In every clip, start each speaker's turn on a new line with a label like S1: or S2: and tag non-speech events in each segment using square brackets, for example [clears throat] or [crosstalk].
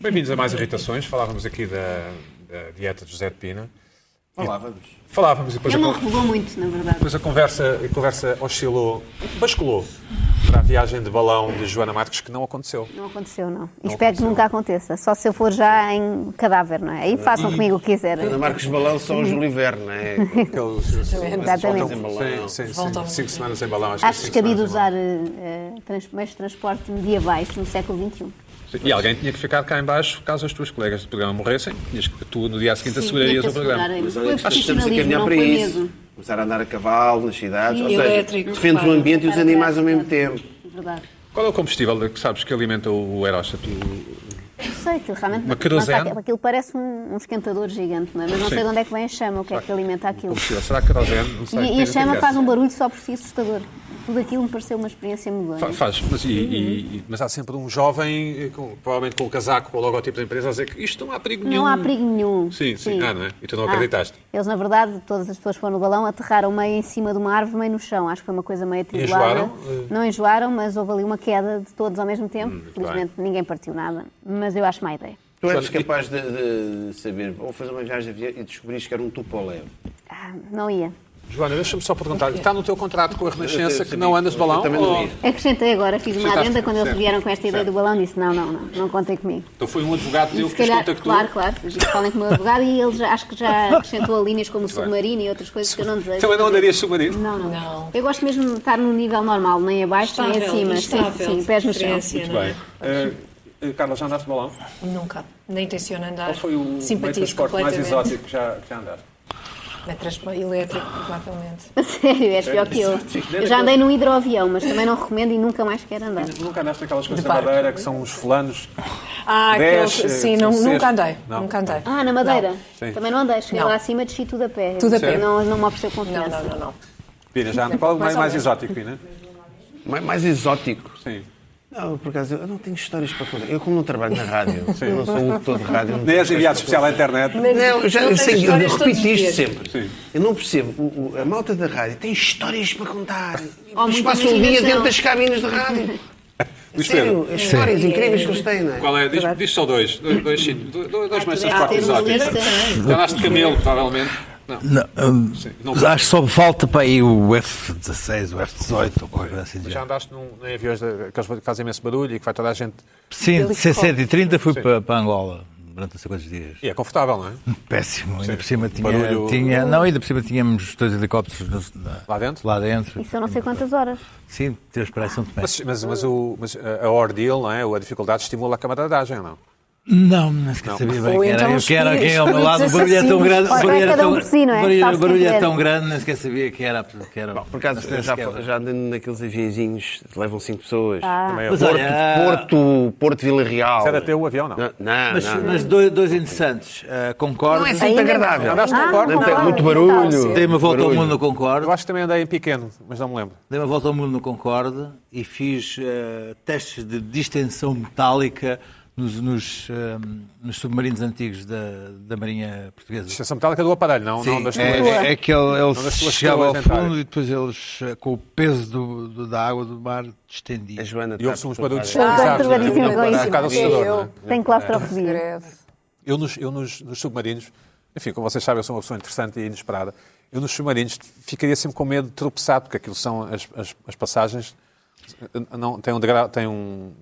S1: Bem-vindos a mais irritações. Falávamos aqui da, da dieta de José de Pina.
S2: Falávamos.
S1: Falávamos e depois
S3: Ele
S1: a
S3: não
S1: con-
S3: revelou muito, na verdade.
S1: Depois a conversa, a conversa oscilou, basculou para a viagem de balão de Joana Marques, que não aconteceu.
S4: Não aconteceu, não. E Espero que
S1: aconteceu.
S4: nunca aconteça. Só se eu for já em cadáver, não é? Aí façam comigo o que quiserem.
S2: Ana Marcos Balão são os Júlio Verne, não é?
S1: Aqueles,
S4: Exatamente.
S1: Então,
S2: Voltam-
S1: é Sim, sim, sim,
S5: Voltam.
S1: cinco semanas em balão. Acho, que
S4: Acho
S1: cinco semanas
S4: descabido
S1: em balão.
S4: usar eh, eh, trans- meios de transporte medievais no século um. XXI.
S1: E alguém tinha que ficar cá em baixo caso as tuas colegas do programa morressem. Tinhas que tu no dia seguinte
S4: Sim,
S1: assegurarias
S4: tinha
S1: o
S4: que
S1: programa.
S4: assegurar.
S2: Mas
S4: Foi um
S2: olha, que estamos estamos a
S4: profissionalismo,
S2: caminhar
S4: não
S2: para
S4: foi
S2: isso.
S4: medo.
S2: Começar a andar a cavalo nas cidades.
S5: E
S2: Ou seja,
S5: elétrico,
S2: defendes o
S5: repara.
S2: ambiente e os animais ao mesmo tempo.
S4: Verdade.
S1: Qual é o combustível que sabes que alimenta o Erosta? Tu-
S4: Não sei, aquilo realmente.
S1: Uma querosene?
S4: Lá está, Aquilo parece um, um esquentador gigante, não é? Mas não sei
S1: Sim.
S4: de onde é que vem a chama, o que é que alimenta aquilo.
S1: Combustível? Será que querosene? Não sei.
S4: E, e a chama
S1: Tem-
S4: faz um barulho só por si assustador. Tudo aquilo me pareceu uma experiência
S1: Fa-
S4: medonha.
S1: Faz, mas, e- e- e- mas há sempre um jovem, eh, com- provavelmente com o casaco ou o logotipo da empresa, a dizer que isto não há perigo nenhum.
S4: Não há perigo nenhum.
S1: Hum. Sim, sim. Ah, não é? E tu não
S4: Ah,
S1: acreditaste?
S4: eles, na verdade, todas as pessoas que foram no balão, aterraram meio em cima de uma árvore, meio no chão. Acho que foi uma coisa meio atribulada.
S1: Enjoaram? Eh.
S4: Não enjoaram, mas houve ali uma queda de todos ao mesmo tempo.
S1: muito
S4: Felizmente ninguém partiu nada, mas eu acho má ideia.
S2: Tu és capaz de, de saber, ou fazer uma viagem de avião e descobrires que era um tupolev.
S4: Ah, não ia.
S1: Joana, deixa-me só perguntar. Está no teu contrato com a Renascença
S2: Eu
S1: que não
S2: sabia,
S1: andas de
S2: eu
S1: balão?
S2: também não
S1: ou-
S2: ia.
S4: Acrescentei agora, fiz uma
S1: Acrescentaste,
S4: adenda quando eles
S1: certo,
S4: vieram com esta ideia do balão, disse não, não, não, não contem comigo.
S1: Então foi um advogado
S4: E
S1: teu
S4: se
S1: que os
S4: calhar,
S1: contactou?
S4: claro, claro, falem com o meu advogado e ele já, acho que já acrescentou linhas como o
S1: bem.
S4: submarino e outras coisas que eu não desejo.
S1: Também Então não andarias submarino?
S4: Não, não.
S5: Não.
S4: Eu gosto mesmo de estar no nível normal, nem abaixo, nem
S5: Estável,
S4: acima.
S5: estável,
S4: sim, sim, pés no chão.
S5: experiência, não é?
S1: Bem. Eh, eh, Carla, já andaste de balão?
S5: Nunca. Nem tenciono andar.
S1: Qual foi o meio de
S5: Ah, Simpatizo
S1: transporte mais
S5: completamente.
S1: exótico que já, que já andaste?
S5: Meio de transporte elétrico,
S1: [laughs]
S5: provavelmente.
S4: A Sério, és pior que eu. Eu já andei num hidroavião, mas também não recomendo e nunca mais quero andar.
S1: Nunca andaste aquelas coisas
S5: De
S1: da
S5: barco.
S1: madeira que são uns fulanos.
S5: Ah,
S1: Dez, eh,
S5: aquele. Sim,
S1: são
S5: não-
S1: seis.
S5: nunca andei.
S1: Não.
S5: Nunca andei.
S4: Ah, na Madeira?
S1: Sim.
S4: Também não andei. Cheguei
S5: Não.
S4: lá acima, desci tudo a pé.
S5: Tudo a pé.
S4: Não, não me ofereceu
S5: Não,
S4: confiança.
S5: não, não, não.
S1: Pina, já andaste. Qual é o
S5: Mais
S1: meio
S5: ou
S1: mais
S5: menos.
S1: exótico, Pina?
S2: Mais, mais exótico.
S1: Sim.
S2: Não, por acaso, eu não tenho histórias para contar. Eu, como não trabalho na rádio, eu não sou um locutor de rádio. eu não
S1: Nem
S2: tenho
S1: és enviado especial à internet.
S2: Não, eu já
S5: Não
S2: eu
S5: tem
S2: sei, eu
S5: histórias todos os
S2: repito isto
S5: dias.
S2: sempre.
S1: Sim.
S2: Eu não percebo. O- o- a malta da rádio tem histórias para contar. Eles
S4: muita
S2: passam o dia
S4: imaginação.
S2: dentro das cabines de rádio.
S1: Luís Pedro.
S2: Sério, as histórias incríveis que eles têm, não é?
S1: Qual é? Diz, diz só dois. Dois, dois, sítios. dois, dois, dois mais
S4: deve
S1: transportes
S4: ter uma
S1: exóticos.
S4: lista.
S1: Já andaste de camelo, provavelmente. Não.
S6: Não, hum,
S1: Sim, não-
S6: acho que só falta para aí o F-16, o F-18 ou coisa assim. do
S1: Já
S6: género.
S1: andaste num, em aviões de- aqueles que fazem imenso barulho e que vai toda a gente.
S6: Sim, é C-130 fui
S1: Sim.
S6: para, para Angola durante não sei quantos dias.
S1: E é confortável, não é?
S6: Péssimo, ainda por cima tinha,
S1: um Barulho-
S6: tinha- Não, ainda por cima tínhamos dois helicópteros no- na-
S1: Lá dentro?
S6: Lá dentro.
S4: Isso eu não sei quantas horas.
S6: Sim, três para aí São Tomé.
S1: Mas, mas, mas, o, mas a ordeal, não é? A dificuldade estimula a camaradagem, não?
S6: Não, não sequer sabia bem
S5: Ou
S6: quem era.
S5: então
S6: Eu
S5: os
S6: que era quem ao meu
S5: espíritos
S6: lado. O barulho é tão
S5: assassinos.
S6: grande. O
S4: Vai
S6: barulho era
S4: cada um
S6: tão,
S4: por si, não é?
S6: o barulho-
S4: Sabe-se
S6: o barulho
S4: quem
S6: é
S4: quiser.
S6: tão grande, nem sequer sabia que era. Que era
S2: Por acaso, eu já, já andei naqueles aviãozinhos que levam cinco pessoas.
S1: Também é
S6: Mas
S1: bom.
S2: Porto,
S6: olha,
S2: Porto, Porto Vila Real.
S1: Era teu o avião, Ah. não?
S2: Não, não,
S6: Mas,
S2: não.
S6: mas dois, dois interessantes. Ah, Concordo.
S2: Não é assim tão agradável.
S1: Andaste de Concorde?
S2: Não tem
S4: Não,
S2: muito
S4: não.
S2: barulho.
S6: Dei uma volta ao
S2: Barulho.
S6: mundo no Concorde.
S1: Eu acho que também andei em pequeno, mas não me lembro.
S6: Dei uma volta ao mundo no Concorde e fiz eh, testes de distensão metálica nos, nos, eh, nos submarinos antigos da, da Marinha Portuguesa.
S1: Estação metálica do aparelho, não, não das
S6: é,
S1: tuas.
S6: é, é que ele, ele
S1: é das tuas
S6: chegava ao
S1: coroas dentárias.
S6: fundo e depois eles, eh, com o peso do- do- da água do mar, distendiam.
S2: A Joana
S1: E ouve-se uns barulhos
S4: Eu estou
S1: bizarros, não é?
S4: perturbadíssima com
S1: É um bocado
S4: isso.
S1: assustador, não é?
S4: Tenho claustrofobia.
S5: Greve.
S1: Eu, nos, eu nos, nos submarinos, enfim, como vocês sabem, eu sou uma pessoa interessante e inesperada. Eu nos submarinos ficaria sempre com medo de tropeçar, porque aquilo são as, as, as passagens. eh, Não, tem um degrau, tem um.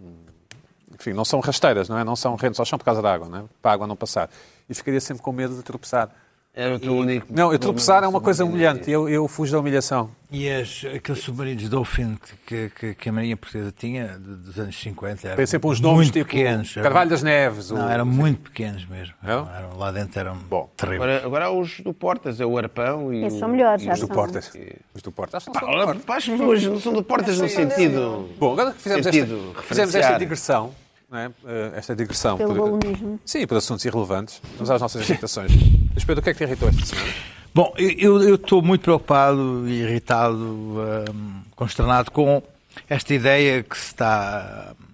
S1: Enfim, não são rasteiras, não é? Não são rentes ao chão por causa da água, não é? Para a água não passar. E ficaria sempre com medo de tropeçar.
S2: Era É, o teu único.
S1: Não, eu tropeçar é uma coisa humilhante. Eu, eu fujo da humilhação.
S6: E as, aqueles submarinos Dolphin que, que, que a Marinha Portuguesa tinha, de- dos anos 50, eram
S1: Tem sempre uns nomes
S6: muito
S1: tipo
S6: pequenos. eram-
S1: Carvalho das Neves.
S6: Não,
S1: o-
S6: eram muito pequenos mesmo.
S1: Não?
S6: Eram- lá dentro eram
S1: Bom,
S6: terríveis.
S2: Agora, agora há os do Portas, é o Arpão e.
S4: Esses
S2: o-
S4: são melhores,
S2: e
S4: já
S1: Os do
S4: são.
S1: Portas. Os do Portas. Acho que não
S2: Pá,
S1: são
S2: olha, pá, as pessoas não são do Portas
S6: É
S2: no sentido.
S1: Bom, agora que fizemos, esta,
S2: Sentido,
S1: fizemos esta
S2: referenciar.
S1: digressão, não é? Eh, esta digressão
S4: Pelo
S1: por-
S4: balonismo.
S1: Sim, por assuntos irrelevantes, vamos às nossas irritações. Mas Pedro, o que é que te irritou esta semana?
S6: Bom, eu eu estou muito preocupado, e irritado, hum, consternado com esta ideia que se está, hum,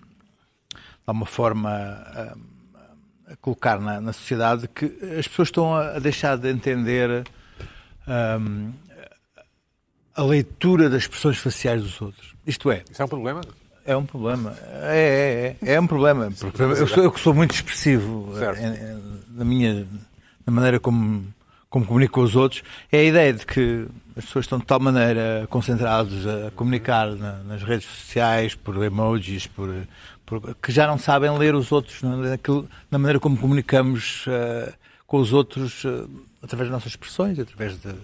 S6: de alguma forma, hum, a colocar na, na sociedade, que as pessoas estão a a deixar de entender hum, a leitura das expressões faciais dos outros. Isto é,
S1: Isso é um problema?
S6: É um problema. É, é, é. É um problema. Porque eu, sou, eu que sou muito expressivo
S1: Certo.
S6: eh, eh, na minha na maneira como, como comunico com os outros. É a ideia de que as pessoas estão de tal maneira concentradas a comunicar na- nas redes sociais, por emojis, por, por- que já não sabem ler os outros, na, naquilo- na maneira como comunicamos eh, com os outros eh, através das nossas expressões, através de-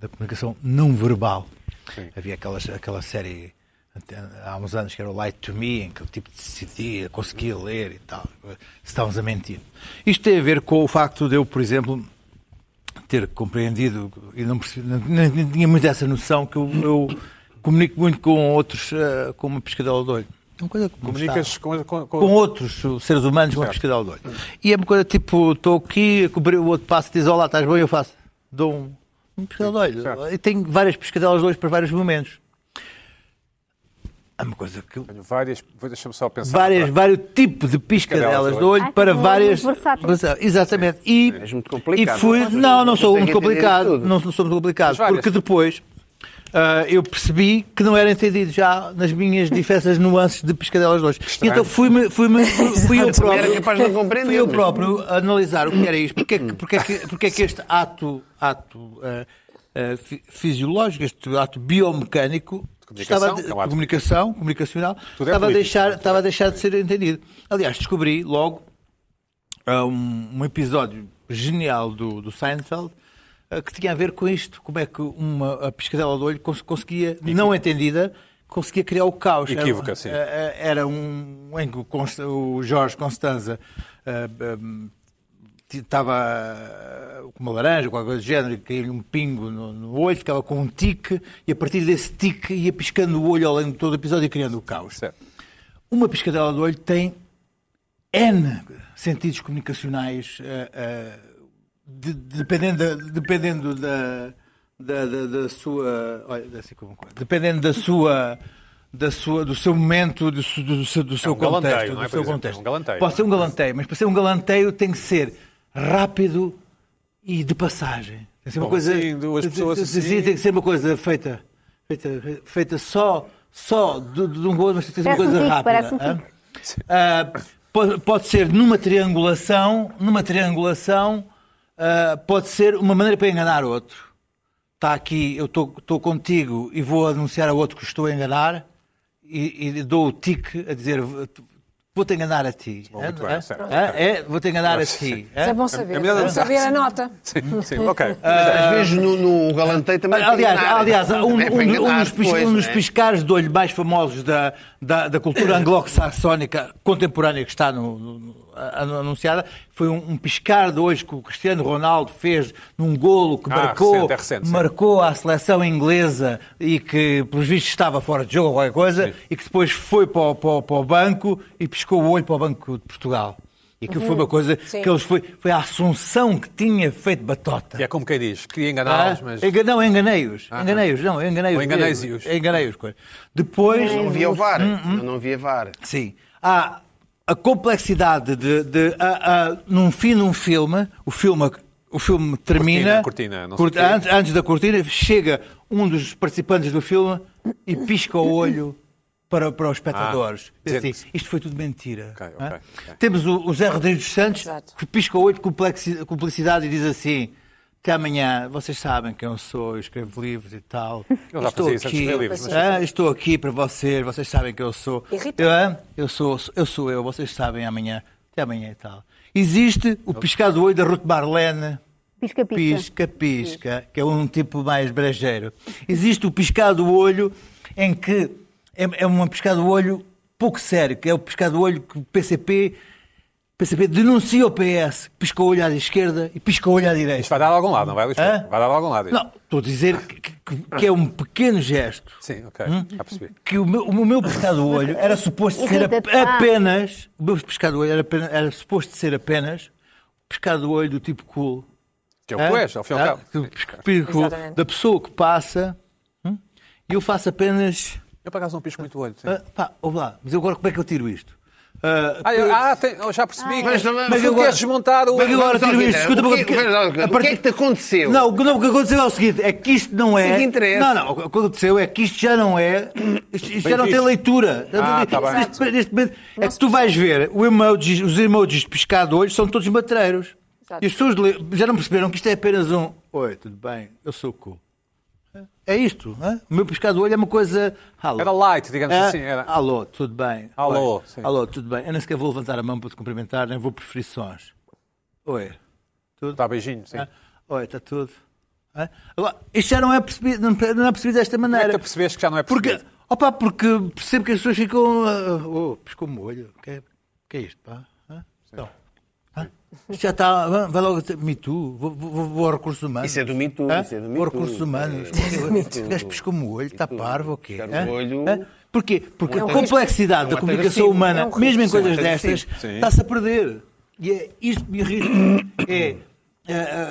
S6: da comunicação não verbal. Havia aquelas, aquela série até há uns anos que era o Light to Me, em que o tipo decidia, conseguia ler e tal, se estávamos a mentir. Isto tem a ver com o facto de eu, por exemplo, ter compreendido e não, percebi, não, não tinha muito essa noção que eu, eu comunico muito com outros, eh, com uma piscadela de olho. Uma coisa que me
S1: Comunicas
S6: está-
S1: com, com,
S6: com outros seres humanos com uma piscadela de olho. E é uma coisa tipo, estou aqui, a cobrir o outro passo, diz olá, estás bom, eu faço, dou um, um piscadela de olho.
S1: certo.
S6: E tenho várias piscadelas de olho para vários momentos. É uma coisa que.
S1: Tenho várias. vou- Deixa-me só pensar.
S6: Várias, vários tipos de piscadelas de olho
S4: Ah,
S6: para
S4: então,
S6: várias.
S4: versátil.
S6: Versa- Exatamente. E,
S1: É
S2: És muito complicado.
S6: E fui...
S2: Não,
S6: Não, não
S2: não
S6: sou muito
S2: consegue entender
S6: complicado.
S2: tudo.
S6: Não, não sou muito complicado.
S1: Mas várias.
S6: Porque depois ah, eu percebi que não era entendido já nas minhas diversas nuances de piscadelas de olho. E
S1: Estranho.
S6: então fui-me fui-me-
S2: [laughs]
S6: fui eu
S2: Era
S6: próprio.
S2: capaz de não compreender.
S6: Fui eu
S2: mas-
S6: próprio a analisar o que era isto, porque é que, porque é que, porque é que este ato, ato ah, ah, fi- fisiológico, este ato biomecânico,
S1: comunicação,
S6: estava a de-
S1: é um ato.
S6: comunicação, comunicacional,
S1: Tudo é
S6: estava, a
S1: político.
S6: deixar, estava a deixar de ser entendido. Aliás, descobri logo ah, um, um episódio genial do, do Seinfeld ah, que tinha a ver com isto, como é que uma a piscadela de olho cons- conseguia, não entendida, conseguia criar o caos. Era-
S1: Equívoca, sim.
S6: ah, ah, era um em que o, Consta- o Jorge Constanza ah, ah, t- estava ah, com uma laranja, com coisa do género, e caiu-lhe um pingo no, no olho, ficava com um tique, e a partir desse tique ia piscando o olho ao longo de todo o episódio e criando o caos.
S1: Certo.
S6: Uma piscadela de olho tem N sentidos comunicacionais, ah, ah, de- dependendo, da, dependendo da, da, da, da sua. Olha, assim como Dependendo da sua. Da sua, do seu momento, do, seu- do seu, do seu
S1: um
S6: contexto.
S1: galanteio,
S6: do
S1: não é, por
S6: seu
S1: exemplo?
S6: contexto.
S1: É um galanteio.
S6: Pode ser um galanteio, mas para ser um galanteio tem que ser rápido e de passagem. Tem que ser uma
S1: Bom,
S6: coisa.
S1: assim, duas pessoas
S6: tem- tem-
S1: assim.
S6: Tem que ser uma coisa feita, feita, feita só, só de, de um gol, mas tem que ser
S4: Parece um
S6: uma coisa
S4: tique,
S6: rápida.
S4: parece um
S6: hã?
S4: tique.
S6: Ah, pode, pode ser numa triangulação, numa triangulação, ah, pode ser uma maneira para enganar outro. Está aqui, eu estou contigo e vou anunciar a outro que estou a enganar e, e dou o tique a dizer vou-te enganar a ti.
S1: Bom, muito
S6: Hã?
S1: bem,
S6: Hã?
S1: certo.
S6: Hã? É, vou-te enganar a ti. Hã?
S5: Mas é bom saber.
S1: É
S5: É
S1: melhor
S5: bom
S1: dançar.
S5: saber a nota.
S1: Sim, sim, ok.
S2: Mas às vezes no, no galanteio também.
S6: Aliás,
S2: tem nada.
S6: aliás um,
S2: Também
S6: um-
S2: para enganar
S6: um dos, pis-
S2: depois,
S6: um dos
S2: não é?
S6: piscares de olho mais famosos da, da, da cultura anglo-saxónica contemporânea que está no- no- no- a- a- anunciada foi um, um piscar de hoje que o Cristiano Ronaldo fez num golo que
S1: Ah,
S6: marcou,
S1: recente, é recente, sim.
S6: marcou a seleção inglesa e que, pelos vistos, estava fora de jogo ou qualquer coisa e que depois foi para o, para o- para o banco e piscou o olho para o Banco de Portugal. E aquilo
S2: Uhum.
S6: foi uma coisa
S5: sim.
S6: que eles foi, foi a assunção que tinha feito batota.
S1: E é como quem diz, queria
S6: Ah,
S1: enganá-los, mas.
S6: enga- Não, enganei-os.
S1: Ah,
S6: enganei-os, não, enganei-os.
S1: Ou enganei-os.
S6: mesmo. Enganei-os. coisa. Depois,
S2: Eu não via o VAR.
S6: Hum,
S2: Eu não via VAR.
S6: sim, há a complexidade de, de- a- a- num fim de um filme, o filme, o filme termina.
S1: cortina, não
S6: cort-
S1: sei o quê.
S6: antes, antes da cortina, chega um dos participantes do filme e pisca o olho. Para, para os espectadores.
S1: Ah,
S6: Diz
S1: gente.
S6: assim, isto foi tudo mentira.
S1: Ok,
S6: Hã?
S1: ok, ok.
S6: Temos o, o Zé Rodrigues dos Santos,
S5: Exato.
S6: que pisca o olho de complexi- cumplicidade e diz assim: até amanhã, vocês sabem quem eu sou, eu escrevo livros e tal.
S1: já fazia isso antes de escrever livros, mas-
S6: ah, estou aqui para vocês, vocês sabem quem eu sou.
S5: Irritante.
S6: Eu, ah, eu sou, eu sou eu, vocês sabem amanhã, até amanhã e tal. Existe o piscar do olho da Ruth Marlene.
S4: Pisca-pisca.
S6: Pisca, pisca, que é um tipo mais brejeiro. Existe o piscar do olho em que é, é uma piscar do olho pouco sério, que é o piscar do olho que o PCP, PCP denuncia o PS, pisca o olho à esquerda e pisca o olho à direita.
S1: Isto vai dar a algum lado, não vai, Luís?
S6: Hã?
S1: Pedro? Vai dar a algum lado. isto.
S6: Não, estou a dizer que- que- que é um pequeno gesto
S1: Sim, ok. Já percebi.
S6: que o meu, o meu pescado do olho era suposto ser
S4: Irrita-te, pá.
S6: a- apenas. O meu pescado do olho era, apenas- era suposto ser apenas pescado do olho do tipo cool.
S1: Que é o
S6: Hã?
S1: que tu és, ao fim e
S6: Hã?
S1: ao cabo.
S6: Do pesca- cool,
S5: Exatamente.
S6: Da pessoa que passa. hum? E eu faço apenas.
S1: Eu, por acaso, não pisco muito o olho. sim.
S6: ah, pá, ouve lá, mas eu agora como é que eu tiro isto? Ah,
S1: Ah, eu- ah, tem- eu já percebi.
S2: Mas também-
S1: mas tu
S6: agora-
S1: queres desmontar o.
S6: mas agora
S2: Vamos ao
S6: tira
S2: que-
S6: isto. Escuta,
S2: o que-
S6: porque-
S2: vamos ao que-
S6: a
S2: O que é
S6: partir-
S2: que te aconteceu?
S6: Não, o que- não, o que aconteceu é o seguinte: é que isto não é.
S2: Sim, que interessa.
S6: Não, não, o que aconteceu é que isto já não é. Isto, isto já não tem
S1: visto.
S6: leitura.
S1: Ah, tá bem.
S6: Isto- neste momento, é que tu vais ver o emojis- os emojis de pescar de olho são todos matreiros.
S5: Exato.
S6: E as pessoas le- já não perceberam que isto é apenas um. Oi, tudo bem, eu sou o cu. É isto, não é? o meu pescar de olho é uma coisa. Alô.
S1: Era light, digamos
S6: É,
S1: assim. Era...
S6: Alô, tudo bem?
S1: Alô,
S6: Oi.
S1: sim.
S6: Alô, tudo bem? Eu nem sequer vou levantar a mão para te cumprimentar, nem vou preferir sons. Oi. Tudo?
S1: Dá beijinho, sim.
S6: Hã? Oi, está tudo. Hã? Agora, isto já não é percebido, não, não é percebido desta
S1: Como é que
S6: maneira.
S1: tu percebes que já não é
S6: porque,
S1: percebido?
S6: opa, porque percebo que as pessoas ficam. ah, oh, piscou-me o olho. O que, é, que é isto, pá? Hã? Então, hã? Isto já está. vá- Vai logo. dizer, Me too, vou, vou, vou ao recurso humano.
S2: Isso é do Me Too,
S6: Hã?
S2: isso é do Me
S6: Vou ao
S2: Too.
S6: recurso humano.
S2: [laughs]
S6: Este gajo piscou-me o olho, está parvo ou quê?
S2: Piscar o
S6: Hã?
S2: olho-
S6: Hã? Porquê? Porque
S5: É um
S6: a
S5: risco.
S6: complexidade
S2: É um
S6: da
S2: ato
S6: comunicação
S2: agressivo.
S6: humana,
S2: É um risco.
S6: mesmo em coisas
S2: Sim, é
S6: destas,
S2: agressivo.
S1: Sim.
S6: está-se a perder. E é isto que me irrita. É, é,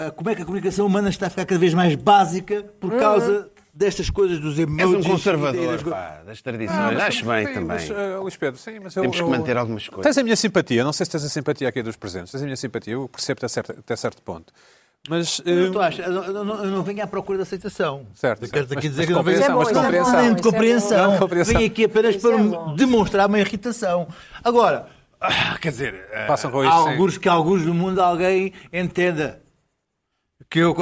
S6: é, como é que a comunicação humana está a ficar cada vez mais básica por causa destas coisas dos
S2: Hum. És um
S6: emojis. e das
S2: conservador,
S6: coisas.
S2: pá, das tradições. Acho bem
S1: Sim,
S2: também.
S1: Mas, ah, Luís Pedro, sim, mas eu,
S2: Temos que
S1: eu-
S2: manter algumas coisas.
S1: Tens a minha simpatia, não sei se tens a simpatia aqui dos presentes, tens a minha simpatia, eu percebo até certo, até certo ponto. Mas.
S6: Eu
S1: ah,
S6: não, tô a achar- eu não- eu não- eu não venho à procura da aceitação.
S1: Certo,
S6: Eu quero
S1: certo.
S6: aqui
S1: Mas-
S6: dizer
S1: mas
S6: que não venho
S1: compreensão, mas
S6: Não, não,
S1: compreensão.
S6: não, de
S5: Isso é
S6: compreensão.
S1: bom. Compreensão.
S6: Venho aqui apenas
S5: Isso
S6: para
S5: é
S6: me
S5: bom.
S6: demonstrar uma irritação. Agora, ah, quer dizer, ah,
S1: Façam com
S6: há
S1: isso, sim.
S6: alguns que alguns do mundo alguém entenda. Que eu,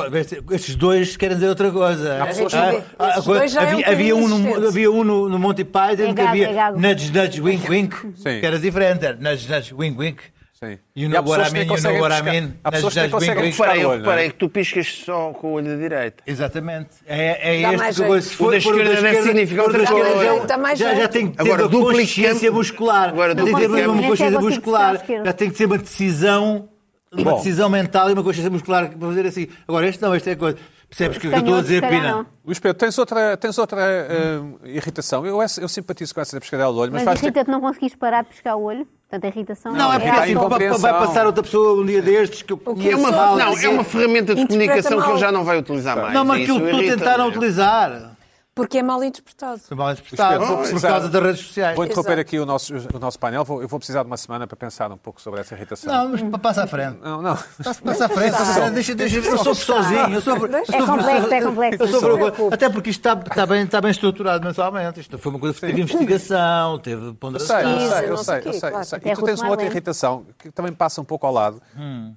S6: estes dois querem dizer outra coisa.
S5: pessoas
S6: Ah,
S5: que-
S6: ah,
S5: esses dois já é um
S6: havia, havia
S5: bocadinho
S6: um no,
S5: insistentes.
S6: havia um no, no Monty Python
S4: É
S6: que
S4: gago,
S6: havia
S4: é gago.
S6: nudge,
S5: [laughs]
S6: nudge, wink, wink,
S1: Sim.
S6: que era diferente. Era Nudge, nudge, wink, wink.
S1: Sim.
S6: You
S1: E
S6: know
S1: há pessoas
S6: what I
S1: que nem
S6: mean, you know
S1: conseguem
S6: what I
S1: pescar.
S6: mean.
S1: Há
S6: Nudge,
S1: pessoas que nem
S6: nudge, wink,
S1: conseguem
S6: wink.
S1: pescar.
S2: Reparei, eu
S1: o olho, não é?
S2: reparei que tu piscas só com o olho da direita.
S6: Exatamente. É, é
S5: Dá
S6: este
S5: mais
S6: que eu
S5: jeito.
S6: gosto.
S2: O da esquerda deve significar
S6: o da
S2: outra
S6: esquerda
S5: coisa.
S6: já-
S5: Dá mais
S6: Já, já
S5: jeito.
S6: tem que ter
S2: Agora,
S6: uma
S2: duplicamos-
S6: consciência muscular.
S2: Agora,
S6: já tem que ter
S2: duplicamos-
S4: Nem
S6: uma
S4: sei
S6: consciência
S4: consigo puxar à
S6: muscular.
S4: esquerda.
S6: Já tem que ter uma decisão, uma
S1: Bom.
S6: decisão mental e uma consciência muscular para fazer assim. Agora, este não, este é coisa. Percebes o que, é que eu
S4: Tenho
S6: estou a
S4: outro,
S6: dizer,
S4: se calhar
S6: Pina?
S4: não.
S1: Luís Pedro, tens outra, tens outra ah, irritação. Eu, eu simpatizo com essa da pescadela do olho, mas,
S4: Mas,
S1: vais ter que-
S4: irrita-te não conseguires parar de pescar o olho? Portanto, a irritação
S6: Não, é
S1: é
S6: porque
S1: a
S6: assim pa- pa- vai
S1: incompreensão.
S6: passar outra pessoa um dia destes que eu
S5: que
S6: conheço
S5: é
S2: É uma,
S6: mal.
S2: não, é uma ferramenta de
S5: Interpreta
S2: comunicação que
S5: mal.
S2: ele já não vai utilizar mais.
S6: Não, mas
S2: Isso
S6: aquilo que tu
S2: irrita,
S6: tentaram
S2: não é?
S6: utilizar.
S5: Porque é mal interpretado.
S6: Foi mal interpretado
S1: Espera, vou
S6: por
S1: precisar-
S6: causa das redes sociais.
S1: Vou interromper
S5: Exato.
S1: aqui o nosso, o nosso painel. Vou- eu vou precisar de uma semana para pensar um pouco sobre essa irritação.
S6: Não, mas pa- passa à frente.
S1: Não, [laughs] não.
S6: Está-se passa à frente, deixa, deixa, deixa, eu sofro sozinho. Eu sofro, eu
S4: É
S6: sofro-
S4: complexo, é complexo.
S6: eu
S4: Não
S6: sofro-
S4: se preocupe.
S6: até porque isto está, está bem, está bem estruturado mensalmente. Isto foi uma coisa que teve investigação, teve
S1: Eu sei,
S6: ponderação.
S1: eu sei, eu
S5: não sei
S1: sei,
S5: o quê,
S1: eu sei, eu
S5: claro.
S1: sei.
S4: Até
S1: E tu tens uma
S4: arrumar
S1: outra
S4: bem.
S1: irritação que também passa um pouco ao lado,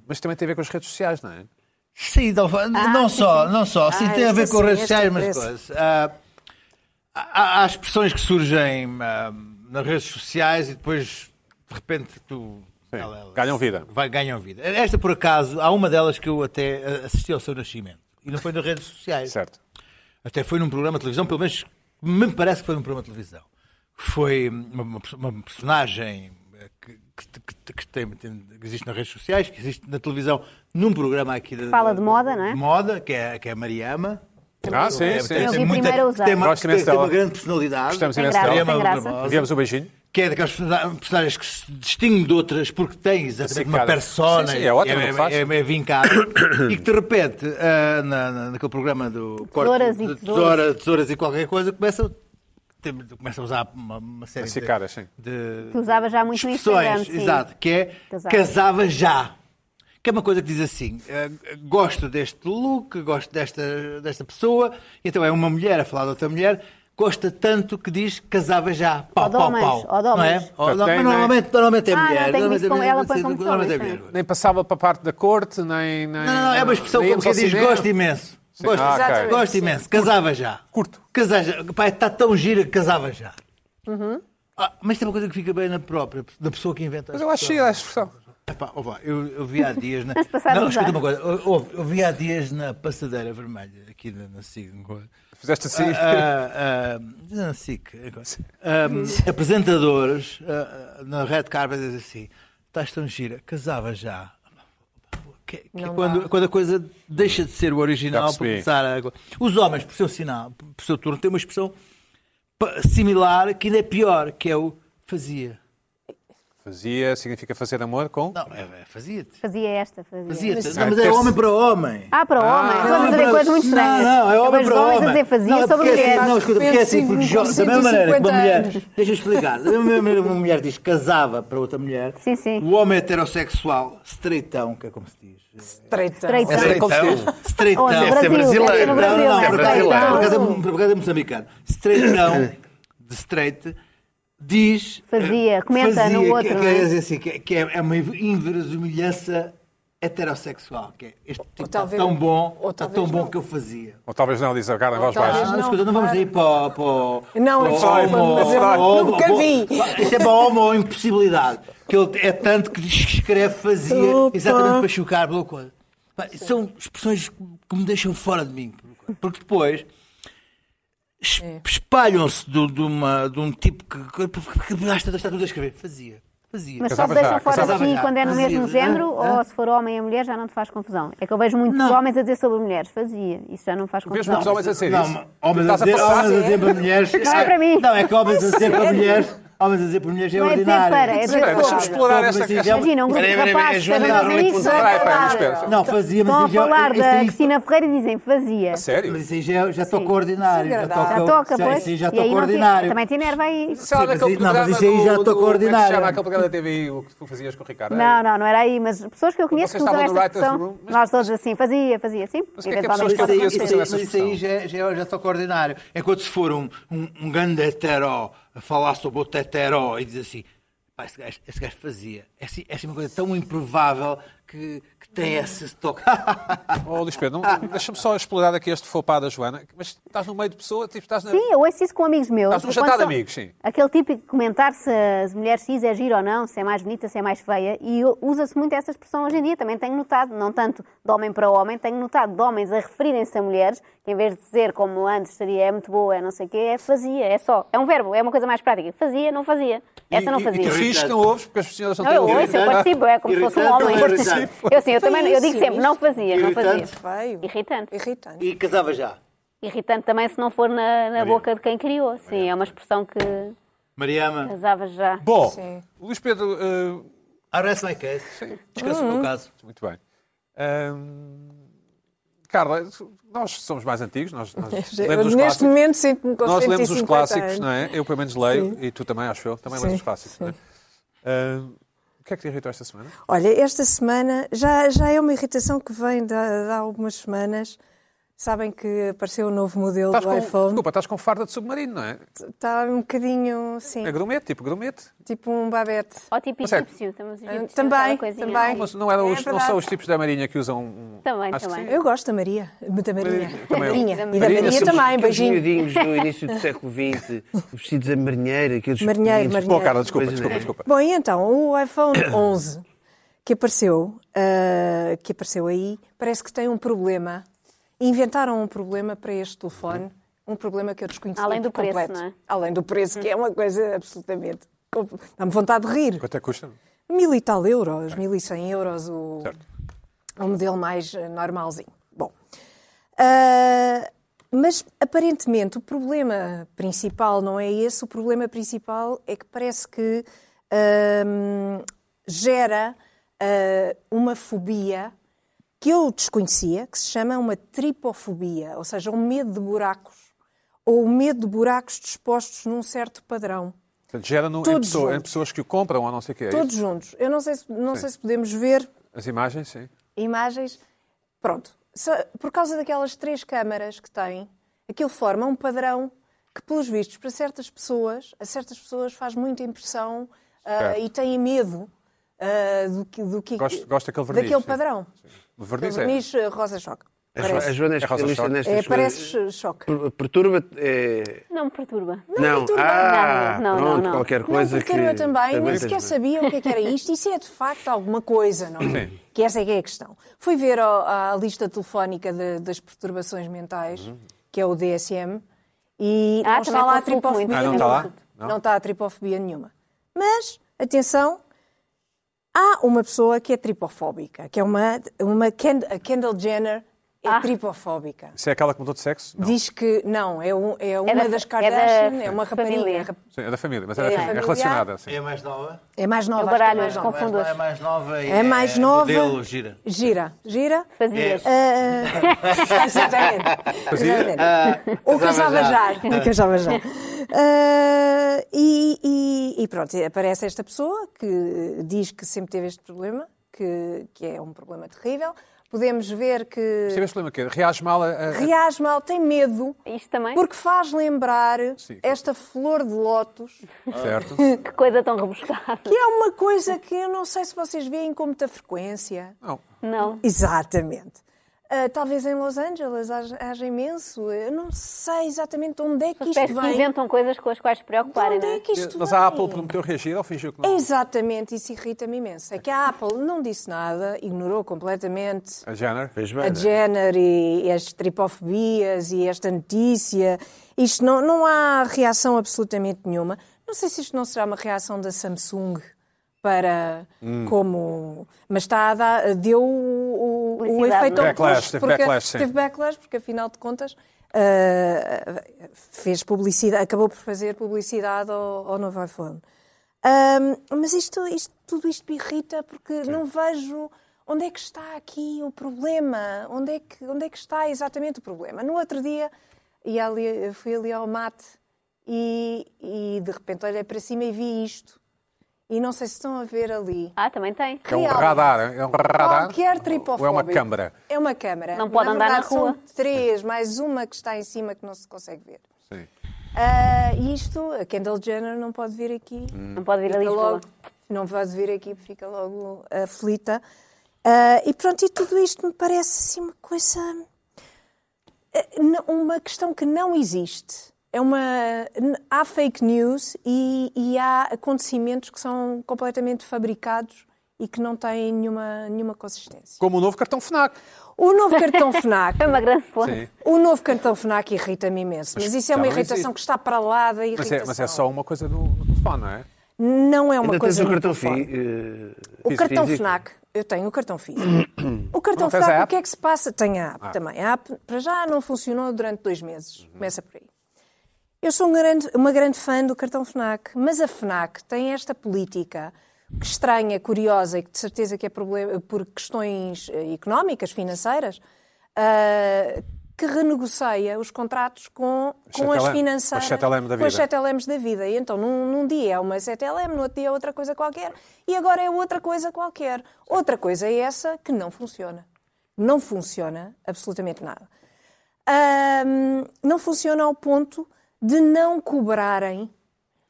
S1: mas também tem a ver com as redes sociais, não é?
S6: Sim, não,
S4: Ah,
S6: não só, não só. Sim,
S5: Ah,
S6: tem a ver
S5: este
S6: com
S5: sim,
S6: redes
S5: este
S6: sociais, mas
S5: interessa.
S6: coisas. Ah, há, há expressões que surgem ah, nas redes sociais e depois, de repente, tu. ela- ela-
S1: Ganham vida.
S6: vai, ganham vida. Esta, por acaso, há uma delas que eu até ah, assisti ao seu nascimento. E não foi nas redes sociais.
S1: Certo.
S6: Até foi num programa de televisão, pelo menos me parece que foi num programa de televisão. Foi uma, uma perso- uma personagem eh, que, que- que- que tem- tem- que existe nas redes sociais, que existe na televisão, num programa aqui da,
S4: Fala de moda, não é?
S6: de moda, que é, que é a Mariama.
S1: Ah, sim,
S6: É,
S1: sim.
S6: tem-
S4: Eu
S6: tem
S4: vi
S6: muita-
S4: primeiro a usar.
S6: Tem uma,
S1: Gosto imenso
S6: tem- tem uma
S1: dela.
S6: grande personalidade.
S1: Gostamos
S4: Tem
S1: imenso
S4: graça,
S1: dela.
S4: tem graça.
S1: Enviamos um beijinho.
S6: Que é daquelas persona- personagens que se distinguem de outras porque têm exatamente
S1: Sim,
S6: uma
S1: cara.
S6: persona.
S1: Sim, sim, é ótimo,
S6: é,
S1: faz.
S6: é, é vincado. e que de repente, ah, na, na- naquele programa do
S4: Tesouras
S6: corte
S4: e
S6: de
S4: tesouros.
S6: tesoura, tesouras e qualquer coisa, começa, tem- começa a usar uma, uma série
S1: Assim, cara, sim.
S6: de, de
S4: Que usava já muito no Instagram,
S6: expressões.
S4: sim.
S6: Exato, que é
S4: Casava.
S6: casava já. Que é uma coisa que diz assim: eh, gosto deste look, gosto desta, desta pessoa. Então é uma mulher a falar de outra mulher, gosta tanto que diz casava já. Pau,
S4: Ou de
S6: pau,
S4: homens,
S6: pau.
S4: ou de
S6: Não é?
S4: homens.
S6: Ou de-
S1: Tem,
S6: mas
S1: né?
S6: normalmente, normalmente é
S4: Ah, não,
S6: mulher.
S4: tem isso
S6: normalmente é
S4: como-
S6: mulher,
S4: ela põe como
S6: normalmente é
S4: homens,
S6: mulher.
S1: Nem passava para a parte da corte, nem. nem
S6: Não, não, não, é uma expressão
S1: nem
S6: como
S1: íamos
S6: quem
S1: ao
S6: diz
S1: cinema.
S6: gosto imenso. Gosto,
S1: Ah, ok.
S5: Exatamente.
S6: gosto imenso. Casava já.
S1: Curto.
S6: Casar já. Pai, está tão gira que casava já.
S4: Uhum.
S6: Ah, mas tem uma coisa que fica bem na própria, na pessoa que inventa.
S1: Mas
S6: as
S1: eu acho que
S6: pessoas.
S1: a expressão.
S6: Epá, ouve lá, eu, eu vi há dias na.
S4: Mas passaram
S6: Não,
S4: os
S6: escuta
S4: anos.
S6: uma coisa. ou- ouve, eu vi há dias na passadeira vermelha, aqui na, na SIC. uma [laughs] coisa.
S1: Fizeste assim.
S6: Ah, ah, ah, na SIC. agora. Ah, apresentadores ah, ah, na red carpet dizem assim: estás tão gira, casava já. Que- que
S5: Não
S6: quando,
S5: dá.
S6: quando a coisa deixa de ser o original
S1: Já
S6: para
S1: percebi.
S6: começar a. Os homens, por seu sinal, por seu turno, têm uma expressão pa- similar que ainda é pior, que é o fazia.
S1: Fazia significa fazer amor com.
S6: Não, é, é, fazia-te.
S4: Fazia esta, fazia.
S6: Fazia-te.
S4: Mas-
S6: Não, mas é homem para homem.
S4: Ah, para o homem.
S6: É
S4: Estamos a
S6: homem
S4: dizer
S6: para-
S4: coisas muito estranhas.
S6: Não, não, é homem
S4: Mas os
S6: para
S4: homens
S6: homem.
S4: a dizer fazia
S6: não,
S4: sobre
S6: porque é assim-
S4: mulheres.
S6: Não, escuta, porque é assim, porque jo- da mesma maneira que uma
S5: 150
S6: mulher.
S5: anos.
S6: Deixa eu explicar. Da mesma maneira que uma mulher diz casava para outra mulher,
S4: Sim, sim.
S6: o homem heterossexual, estreitão, que é como se diz.
S5: Estreita.
S4: Estreita.
S1: Não sei como
S6: então
S1: se diz.
S6: Estreitão.
S4: Olha, Deve ser Brasil, brasileiro. deve ser no
S6: Não,
S4: Brasil,
S6: não,
S4: é
S6: por acaso-
S4: brasileiro.
S6: por acaso é- por acaso é moçambicano. Estreitão, de straight, diz... eh,
S4: Fazia, comenta
S6: fazia,
S4: no
S6: que-
S4: outro,
S6: Que,
S4: não é?
S6: é, assim, que, que é é uma inverosimilhança heterossexual. Que é, este tipo está
S5: talvez-
S6: tão bom,
S5: ou
S6: está tão
S5: talvez
S6: bom
S5: não.
S6: que eu fazia.
S1: Ou talvez não, diz a cara em voz
S5: talvez
S1: baixa.
S5: não.
S6: Não, escuta, não vamos aí para, para, para
S5: Não, é
S6: para
S5: Freud,
S6: homo-
S5: mas eu
S6: para homo-
S5: nunca
S6: para-
S5: vi.
S6: Isto é para homo ou impossibilidade. Que ele é tanto que escreve fazia
S5: Opa.
S6: exatamente para chocar pela coisa. Pá, São expressões que me deixam fora de mim. Porque depois es-
S5: É.
S6: espalham-se do- de, uma- de um tipo que, que, que, que às tantas está tudo a escrever. Fazia, fazia.
S4: Mas só
S1: Casava
S4: te deixam
S1: já,
S4: fora de
S1: casava
S4: ti
S6: já.
S4: quando é no
S6: Fazia,
S4: mesmo
S6: hã?
S4: género
S6: Hã?
S4: ou se for homem e mulher já não te faz confusão. É que eu vejo muitos
S6: Não.
S4: homens a dizer sobre mulheres. Fazia. Isso já não faz
S1: Vês
S4: confusão.
S1: muitos homens a dizer
S6: Não,
S1: isso?
S6: homens a
S1: Estás a
S6: dizer,
S1: passar?
S6: homens a dizer para mulheres.
S4: Não é para mim.
S6: Não, é que homens a dizer para mulheres. Homens a dizer para mulheres é
S4: Não é dizer
S6: ordinário.
S4: para, é dizer
S1: Espera, deixa-me
S4: para.
S1: explorar esta
S6: Mas isso é-
S1: questão.
S4: Imagina, um grupo de
S2: Peraí, peraí, peraí,
S4: rapazes,
S2: Joana,
S4: são meus
S2: Joana,
S4: amigos,
S2: Joana,
S4: estão
S1: Espera aí,
S4: a
S1: espera aí, espera
S4: falar.
S1: aí.
S6: Não, fazia, mas
S4: Estão a
S6: isso já-
S4: falar
S6: isso
S4: da
S6: aí-
S4: Cristina Ferreira e dizem fazia.
S1: Sério?
S6: Mas aí já, já toca o ordinário. Já
S5: Desagradável.
S6: toca,
S4: é Já toca, pois.
S6: Isso aí já
S4: e aí
S6: toca o
S4: não te-
S6: ordinário.
S4: Também te enerva aí.
S1: Sei lá,
S6: Sim, mas
S1: daquele
S6: isso- não, mas
S1: programa
S6: isso aí
S1: do-
S6: já
S1: do-
S6: tocou
S1: como é que se
S6: ordinário.
S1: chama aquele programa da TV o que tu fazias com o Ricardo?
S4: Não, não, não era aí, mas pessoas que eu conheço
S1: Vocês
S4: que usam
S1: estavam no
S4: esta
S1: writers'
S4: expressão,
S1: room, mas-
S4: nós todos assim, fazia, fazia, sim.
S1: Mas o que é que há
S4: eventualmente
S1: pessoas que
S4: fazia.
S1: eu
S6: Mas
S1: conheço que
S6: isso
S1: usam
S6: aí,
S1: essa
S6: mas isso aí
S1: expressão?
S6: já, já, já toca o ordinário. É quando se for um, um, um grande hetero a falar sobre outro hetero e diz assim, pá, esse gajo, esse gajo fazia. É assim, é assim uma coisa tão improvável que, que tem esse toque.
S1: Oh, Luís Pedro,
S6: Ah.
S1: não- deixa-me só explorar aqui este fopá da Joana. Mas estás no meio de pessoa, tipo, estás na...
S4: Sim, eu ouço isso com amigos meus.
S1: Estás num
S4: E quando
S1: jantar de
S4: são-
S1: amigos, sim.
S4: Aquele típico comentar se as mulheres X é gira ou não, se é mais bonita, se é mais feia, e eu- usa-se muito essa expressão hoje em dia, também tenho notado, não tanto de homem para homem, tenho notado de homens a referirem-se a mulheres, que em vez de dizer como antes seria é muito boa, é não sei o quê, é fazia, é só, é um verbo, é uma coisa mais prática, fazia, não fazia, essa
S1: E-
S4: não
S1: e-
S4: fazia.
S1: E tu rires que não ouves porque as senhoras não
S4: Não,
S1: têm
S4: eu
S1: ouvido.
S4: ouço, eu
S1: Ah,
S4: participo, é como se fosse um
S6: Irritante,
S4: homem.
S6: irritante.
S4: Eu sim, eu também, eu
S5: Foi
S4: digo
S5: isso,
S4: sempre, não
S5: isto.
S4: fazia, não fazia.
S6: Irritante.
S5: Feio.
S4: Irritante.
S5: Irritante.
S6: [laughs] E casava já.
S4: Irritante também se não for na, na boca de quem criou, sim, é uma expressão que
S6: Mariama,
S4: casava já.
S1: Bom,
S5: Sim.
S1: Luís Pedro, eh,
S6: I rest my case. Descanso o meu caso.
S1: Muito bem. Ahm, Carla, nós somos mais antigos, nós, nós
S5: [laughs]
S1: lemos os
S5: Eu, neste
S1: clássicos.
S5: momento sinto-me com
S1: nós lemos os
S5: 150
S1: clássicos,
S5: anos.
S1: não é? Eu pelo menos leio, e tu também, acho eu, também lemos
S5: Sim,
S1: os clássicos. Não é? Ahm, o que é que te irritou esta semana?
S5: Olha, esta semana já, já é uma irritação que vem de, de há algumas semanas. Sabem que apareceu o novo modelo
S1: Estás
S5: do
S1: com,
S5: iPhone.
S1: desculpa, estás com farda de submarino, não é?
S5: Está um bocadinho, sim,
S1: É grumete, tipo grumete.
S5: tipo um babete.
S4: Ou tipo
S1: Mas é-
S4: egípcio, também os egípcios,
S5: eh, Também,
S4: aquela coisinha
S5: também.
S4: ali.
S1: Mas não, eram
S5: É
S1: os- não
S5: verdade.
S1: são os tipos da marinha que usam... um-
S4: Também,
S1: Acho que
S4: também.
S1: sim.
S5: Eu gosto da Maria. Da Maria.
S1: Maria,
S5: Da
S1: também eu.
S5: Marinha. E da
S1: Marinha,
S5: Maria
S1: somos
S5: também, beijinho.
S2: miudinhos
S5: [laughs]
S2: do início do século XX, vestidos a marinheira, aqueles
S5: Marinheiro,
S2: pequeninos.
S5: marinheiro.
S1: Bom, Carla, desculpa,
S2: Pois
S1: desculpa,
S2: é.
S1: desculpa.
S5: Bom, e então, o iPhone 11 que apareceu, ah, que apareceu aí, parece que tem um problema. Inventaram um problema para este telefone, um problema que eu desconhecia
S4: Além do
S5: por
S4: preço,
S5: completo.
S4: não é?
S5: Além do preço, que é uma coisa absolutamente... Dá-me vontade de rir.
S1: Quanto é que custa?
S5: Mil e tal euros, mil e cem euros o,
S1: É. Certo.
S5: o modelo mais eh, normalzinho. Bom, ah, mas aparentemente o problema principal não é esse, o problema principal é que parece que ahm, gera ah, uma fobia que eu desconhecia, que se chama uma tripofobia, ou seja, um medo de buracos, ou o medo de buracos dispostos num certo padrão.
S1: Portanto, gera no, em,
S5: Todos
S1: pessoa- em
S5: juntos.
S1: pessoas que o compram ou não sei o que é. isso?
S5: Todos juntos. Eu não sei se, não sei se podemos ver,
S1: As imagens, sim.
S5: imagens. Pronto, Só- por causa daquelas três câmaras que têm, aquilo forma um padrão que, pelos vistos, para certas pessoas, a certas pessoas faz muita impressão ah,
S1: Certo.
S5: e têm medo ah, do que, do que
S1: Gosto- gosto daquele verniz,
S5: daquele
S1: sim.
S5: padrão.
S1: O
S5: Aquele
S1: verniz é.
S5: verniz ah, rosa-choque.
S2: A Jo- A
S5: Parece,
S2: Joana é
S1: É rosa
S2: especialista
S1: choque.
S2: nestas
S5: é,
S2: coisas.
S5: parece choque.
S2: Per- Perturba-te. é,
S4: Não me perturba.
S2: Não,
S5: perturba.
S2: ah,
S4: Não, não, não,
S2: pronto,
S4: não.
S2: qualquer coisa
S5: não,
S2: que.
S5: perturba também, nem
S2: muitas
S5: sequer
S2: vezes.
S5: sabia o que, é que era isto. Isso é de facto alguma coisa, não é?
S1: Sim.
S5: Que essa é que é a questão. Fui ver ó, a, lista telefónica de- das perturbações mentais,
S1: Uhum.
S5: que é o DSM, e
S4: Ah,
S5: não
S4: também
S5: está lá a
S4: consulto muito.
S5: tripofobia
S1: Ah, não está
S5: nenhuma.
S1: lá? Não.
S5: Não está a tripofobia nenhuma. Mas, atenção, há uma pessoa que é tripofóbica, que é uma, uma Kend- a Kendall Jenner É
S4: Ah.
S5: tripofóbica.
S1: Isso é aquela que mudou de sexo? Não.
S5: Diz que não, é, um- é uma
S4: da fa-
S5: das
S4: é da
S5: Kardashian, é,
S4: fa-
S5: uma
S4: família.
S5: rapariga.
S1: Sim, é da família, mas
S5: É
S1: é, da família. é
S5: familiar.
S1: relacionada. Sim.
S6: É mais nova?
S5: É mais nova.
S4: Eu
S5: acho que
S4: baralho,
S5: é mais nova.
S4: confundo-as.
S6: É mais nova e
S5: É mais nova.
S6: modelo, gira.
S5: Gira, gira.
S4: Fazias.
S5: Ah, [laughs] Exatamente. Exatamente. Ou casava já. Ou casava já. Ah, e, e- e pronto, aparece esta pessoa que diz que sempre teve este problema, que, que é um problema terrível. Podemos ver que
S1: Tiveste problema que reage mal a, a-
S5: reage mal, tem medo,
S4: Isto também?
S5: porque faz lembrar
S1: Sim.
S5: esta flor de lótus, [laughs]
S1: certo?
S4: Que coisa tão rebuscada.
S5: que é uma coisa que eu não sei se vocês veem com muita frequência.
S1: Não.
S4: Não.
S5: Exatamente. Ah, talvez em Los Angeles haja, haja imenso. Eu não sei exatamente onde é que
S4: Os
S5: isto
S4: pés que
S5: vem.
S4: inventam coisas com as quais se
S5: De
S4: preocuparem,
S5: onde
S4: não
S5: é
S4: é?
S5: que isto
S1: Mas
S5: vem?
S1: a Apple prometeu reagir, ele fingiu que não.
S5: Exatamente, isso irrita-me imenso. É que a Apple não disse nada, ignorou completamente
S1: A Jenner.
S2: Fez bem,
S5: a
S2: não é?
S5: Jenner e as tripofobias e esta notícia. Isto não, não há reação absolutamente nenhuma. Não sei se isto não será uma reação da Samsung para
S1: Hum.
S5: como. Mas está a dar, deu o, o- o
S4: Publicidade,
S5: um efeito
S4: não é?
S5: oposto,
S1: Backlash, teve
S5: porque-
S1: backlash, sim.
S5: Teve backlash, porque afinal de contas. ah, fez publicidade, acabou por fazer publicidade ao, ao novo iPhone. Ahm, mas isto, isto- tudo isto me irrita porque não vejo onde é que está aqui o problema, onde é que, onde é que está exatamente o problema. No outro dia ia ali- eu fui ali ao mate e, e de repente olhei para cima e vi isto. E não sei se estão a ver ali.
S4: Ah, também tem.
S1: É um
S5: Real.
S1: radar. É um radar.
S5: Qualquer tripofóbico.
S1: Ou é uma câmara.
S5: É uma câmara.
S4: Não pode andar na
S5: verdade,
S4: rua.
S5: São três, mais uma que está em cima que não se consegue ver.
S1: Sim.
S5: Ah, E isto, a Kendall Jenner não pode vir aqui.
S1: Hum.
S4: Não pode vir a
S5: Fica
S4: Lisboa.
S5: logo, não pode vir aqui, fica logo aflita. Ah, e pronto, e tudo isto me parece assim uma coisa. eh, n- Uma questão que não existe. É uma, n- há fake news e, e há acontecimentos que são completamente fabricados e que não têm nenhuma, nenhuma consistência.
S1: Como o novo cartão FNAC.
S5: O
S4: [laughs]
S5: novo cartão FNAC
S4: Foi É uma grande fonte.
S1: Sim.
S5: o novo cartão FNAC irrita-me imenso, mas, isso
S1: já
S5: é uma
S1: não
S5: irritação
S1: existe.
S5: que está para lá da
S1: Mas
S5: irritação.
S1: é, mas é só uma coisa do, do telefone, não é?
S5: Não é uma
S2: Ainda tens
S5: coisa
S2: o cartão
S5: muito forte.
S2: FI.
S5: O cartão FNAC, eu tenho o
S1: [coughs]
S5: cartão físico. O cartão
S1: Não tens a
S5: FNAC,
S1: app?
S5: o
S1: Ah.
S5: que é que se passa? Tenho a app também. A app para já não funcionou durante dois meses.
S1: Uhum.
S5: Começa por aí. Eu sou um grande- uma grande fã do cartão FNAC, mas a FNAC tem esta política que estranha, curiosa e que de certeza que é problema por questões eh, económicas, financeiras, ah, que renegocia os contratos com, com as
S1: 7LM,
S5: financeiras.
S1: com as 7LM da
S5: com as
S1: vida.
S5: 7LMs da vida. E então, num, num dia é uma 7LM, no outro dia é outra coisa qualquer, e agora é outra coisa qualquer. Outra coisa é essa que não funciona. Não funciona absolutamente nada. Ahm, não funciona ao ponto de não cobrarem.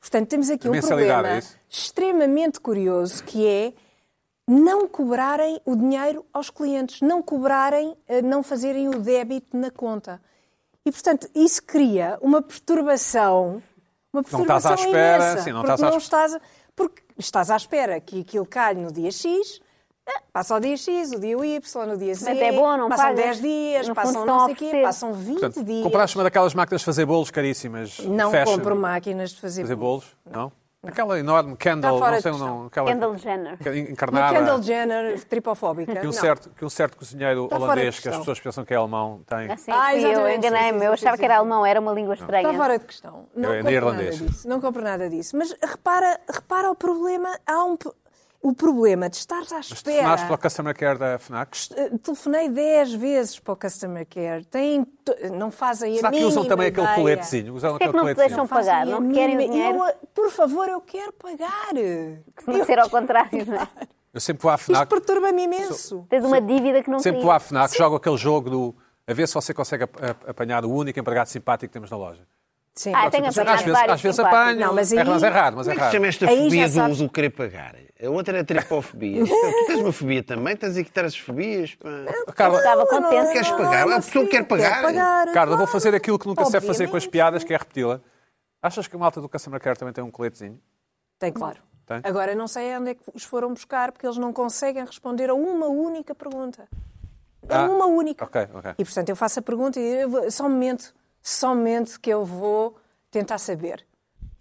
S5: Portanto, temos aqui um
S1: Mensalidade,
S5: problema
S1: é isso?
S5: extremamente curioso que é não cobrarem o dinheiro aos clientes, não cobrarem, eh, não fazerem o débito na conta. E, portanto, isso cria uma perturbação, uma
S1: estás à
S5: perturbação
S1: espera,
S5: imensa.
S1: sim, não
S5: porque
S1: estás à
S5: não estás a- Porque estás à espera que aquilo calhe no dia X, eh, passa o dia X, o dia Y, no dia Z,
S4: Mas é bom, não
S5: passam
S4: pagas.
S5: 10 dias,
S4: No fundo,
S5: passam
S4: estão
S5: não
S4: a
S5: sei quê,
S4: oferecer.
S5: passam 20
S1: Portanto,
S5: dias.
S1: compraste uma daquelas máquinas de fazer bolos caríssimas.
S5: Não
S1: fashion,
S5: compro máquinas de fazer,
S1: Fazer bolos? Não? Aquela enorme candle,
S5: fora
S1: não
S5: de
S1: sei o
S5: questão.
S1: nome. Aquela
S4: Kendall Jenner.
S1: que- é
S5: Uma
S1: Encarnada.
S5: Kendall Jenner
S1: [laughs]
S5: tripofóbica.
S1: Que um,
S5: Não.
S1: certo, que um certo cozinheiro
S5: Está fora de
S1: holandês, que as
S5: questão.
S1: pessoas pensam que é alemão, tem.
S4: Assim,
S5: Ah,
S4: fui eu
S5: exatamente, sim, sim,
S4: enganei-me. Eu
S5: sim,
S4: achava
S5: sim,
S4: que era
S5: sim.
S4: alemão, era uma língua
S5: Está
S4: estranha.
S5: fora de questão. Não
S1: É
S5: compro
S1: neerlandês.
S5: nada disso. Não compro nada disso. Mas repara, repara o problema. Há um, p- o problema de estar à
S1: Telefonaste pela
S5: espera.
S1: customer care da FNAC.
S5: Eh, Telefonei 10 vezes para o customer care. Têm to- não fazem
S1: Será
S5: a
S1: que
S5: mínima
S1: usam também aquele
S5: ideia.
S1: coletezinho? Usam
S4: Porquê
S1: aquele
S4: que não te
S1: coletezinho.
S4: deixam
S5: Fazem
S4: pagar?
S5: a
S4: Não querem o
S5: mínima-
S4: dinheiro?
S5: Eu, eh, por favor, eu quero pagar.
S4: Que se me disser ao contrário, não é?
S5: [laughs]
S1: Eu sempre vou à
S5: Isto
S1: FNAC,
S5: perturba-me imenso.
S4: Tens uma dívida que não
S1: sempre
S4: querias.
S1: vou à FNAC jogo aquele jogo do. A ver se você consegue ap- ap- apanhar o único empregado simpático que temos na loja.
S5: Sim.
S4: Ah, tenho
S1: Às
S4: apanhado
S1: vezes,
S4: vários
S1: às vezes
S4: simpáticos.
S1: apanho.
S5: Não, mas
S1: é,
S5: aí-
S1: mas é raro, mas
S2: Como
S1: é
S2: é que se
S1: raro.
S2: chama esta
S5: Aí já
S2: fobia do,
S5: sabes.
S2: do querer pagar? A outra era a
S5: [laughs]
S2: tripofobia. tu tens uma fobia também? Tens aí que ter as fobias? pá.
S1: Carla,
S4: Estava contente.
S2: Queres pagar?
S5: não,
S2: A pessoa
S5: sim,
S2: quer
S5: quero
S2: pagar.
S1: Carla, eu vou fazer aquilo que nunca sei
S5: Obviamente.
S1: fazer com as piadas, que é repeti-la. Achas que a malta do Customer Care também tem um coletezinho?
S5: Tem, claro.
S1: Tem?
S5: Agora, não sei onde é que os foram buscar, porque eles não conseguem responder a uma única pergunta. A
S1: Ah,
S5: uma única.
S1: ok, ok.
S5: E, portanto, eu faço a pergunta e eu vou- só um momento, só um momento que eu vou tentar saber.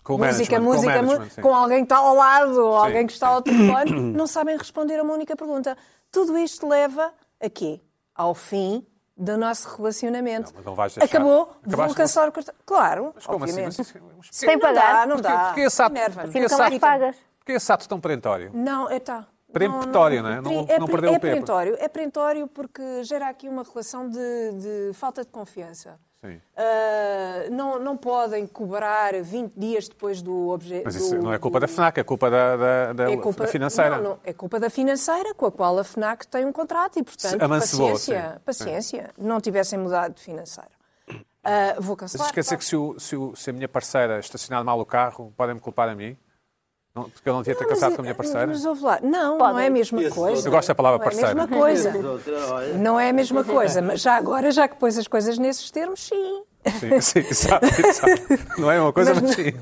S1: Com o management, com,
S5: música, música,
S1: o
S5: mu-
S1: management, sim.
S5: com alguém que está ao lado, ou
S1: Sim,
S5: alguém que está ao telefone, [coughs] não sabem responder a uma única pergunta. Tudo isto leva a quê? Ao fim do nosso relacionamento.
S1: Não, mas não vais deixar.
S5: Acabou, vou
S1: Acabaste
S5: caçar o cartão. Claro,
S1: Mas como assim?
S5: obviamente. é
S1: Mas isso- mas
S4: Sem
S5: não
S4: pagar.
S5: dá, não
S1: porquê-
S5: dá.
S1: Porquê esse ato-
S5: Enerva-me.
S1: porquê esse
S4: nunca mais
S1: ato-
S4: pagas.
S1: porquê esse ato tão perentório?
S5: Não, é tá.
S1: Peremptório, não é? Não-
S5: pre-
S1: não perdeu
S5: é
S1: o pé.
S5: Perentório. É perentório porque gera aqui uma relação de, de falta de confiança.
S1: Sim.
S5: Ah, não, não podem cobrar 20 dias depois do objeto.
S1: Mas isso não é culpa da FNAC, é culpa da, da, da- É da financeira.
S5: É Não, não, é culpa da financeira com a qual a FNAC tem um contrato e, portanto,
S1: Se amancebou,
S5: paciência,
S1: sim.
S5: paciência. Não tivessem mudado de financeira. Ah, vou cancelar.
S1: Mas esquecer
S5: pá.
S1: que se, o- se o- se a minha parceira estacionar mal o carro, podem-me culpar a mim? Não, porque eu não devia ter
S5: Não,
S1: casado
S5: mas- é-
S1: com a minha parceira?
S5: Mas ouve lá. Não, não
S4: Podem.
S5: é a mesma coisa.
S1: Eu gosto da palavra
S5: Não é a
S1: parceira.
S5: mesma coisa.
S2: Olha,
S5: Não é a mesma coisa, mas já agora, já que pôs as coisas nesses termos, sim.
S1: Sim, [laughs] sim, exato, exato. Não é uma coisa, mas,
S5: Mas-
S1: sim.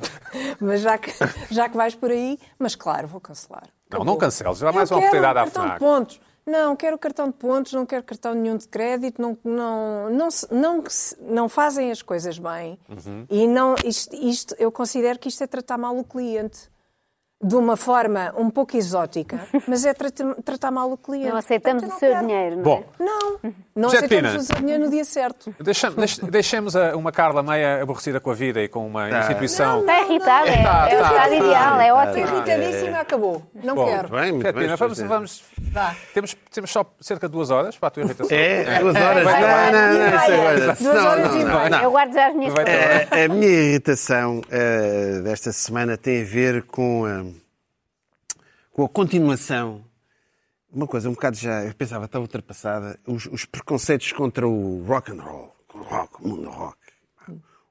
S5: Mas já que, já que vais por aí, mas claro, vou cancelar.
S1: Não, não canceles, dá mais
S5: Eu
S1: uma
S5: quero
S1: oportunidade à
S5: cartão de
S1: FNAC.
S5: pontos. Não, quero cartão de pontos, não quero cartão nenhum de crédito, não, não, não, se- não, se- não fazem as coisas bem.
S1: Uhum.
S5: E não, isto, isto- eu considero que isto é tratar mal o cliente. De uma forma um pouco exótica,
S1: [laughs]
S5: mas é trata- tratar mal o cliente.
S4: Não aceitamos o
S5: Portanto, eu
S4: seu
S5: não quero.
S4: dinheiro, não é?
S1: Bom,
S5: Não, não
S1: José
S5: aceitamos
S1: Pina.
S5: o seu dinheiro no dia certo.
S1: deixa- deixe- deixemos a- uma Carla meia aborrecida com a vida e com uma
S2: Ah.
S1: instituição.
S4: Está irritada, é,
S1: Tá,
S4: é o
S1: tá,
S4: estado
S1: tá,
S4: ideal, é
S2: tá,
S4: ótimo.
S5: Irritadíssima, acabou. Não
S1: Bom,
S5: quero.
S2: Bem, muito
S1: José
S2: bem,
S1: Pina, É vamos,
S2: estou a
S1: vamos- Temos, temos só cerca de duas horas para a tua irritação.
S2: É, duas horas.
S1: Vai, vai,
S2: Não, não, não,
S5: vai,
S2: isso é
S5: vai.
S2: coisa.
S5: Duas
S2: Não,
S5: horas
S2: não,
S5: e
S2: não.
S5: meia.
S4: Eu guardo já as minhas
S1: é Vai ter-
S4: coisas.
S2: É, A, a minha irritação eh, desta semana tem a ver com a, com a continuação. Uma coisa um bocado já, eu pensava, estava ultrapassada, os, os preconceitos contra o rock and roll, o rock, o mundo rock.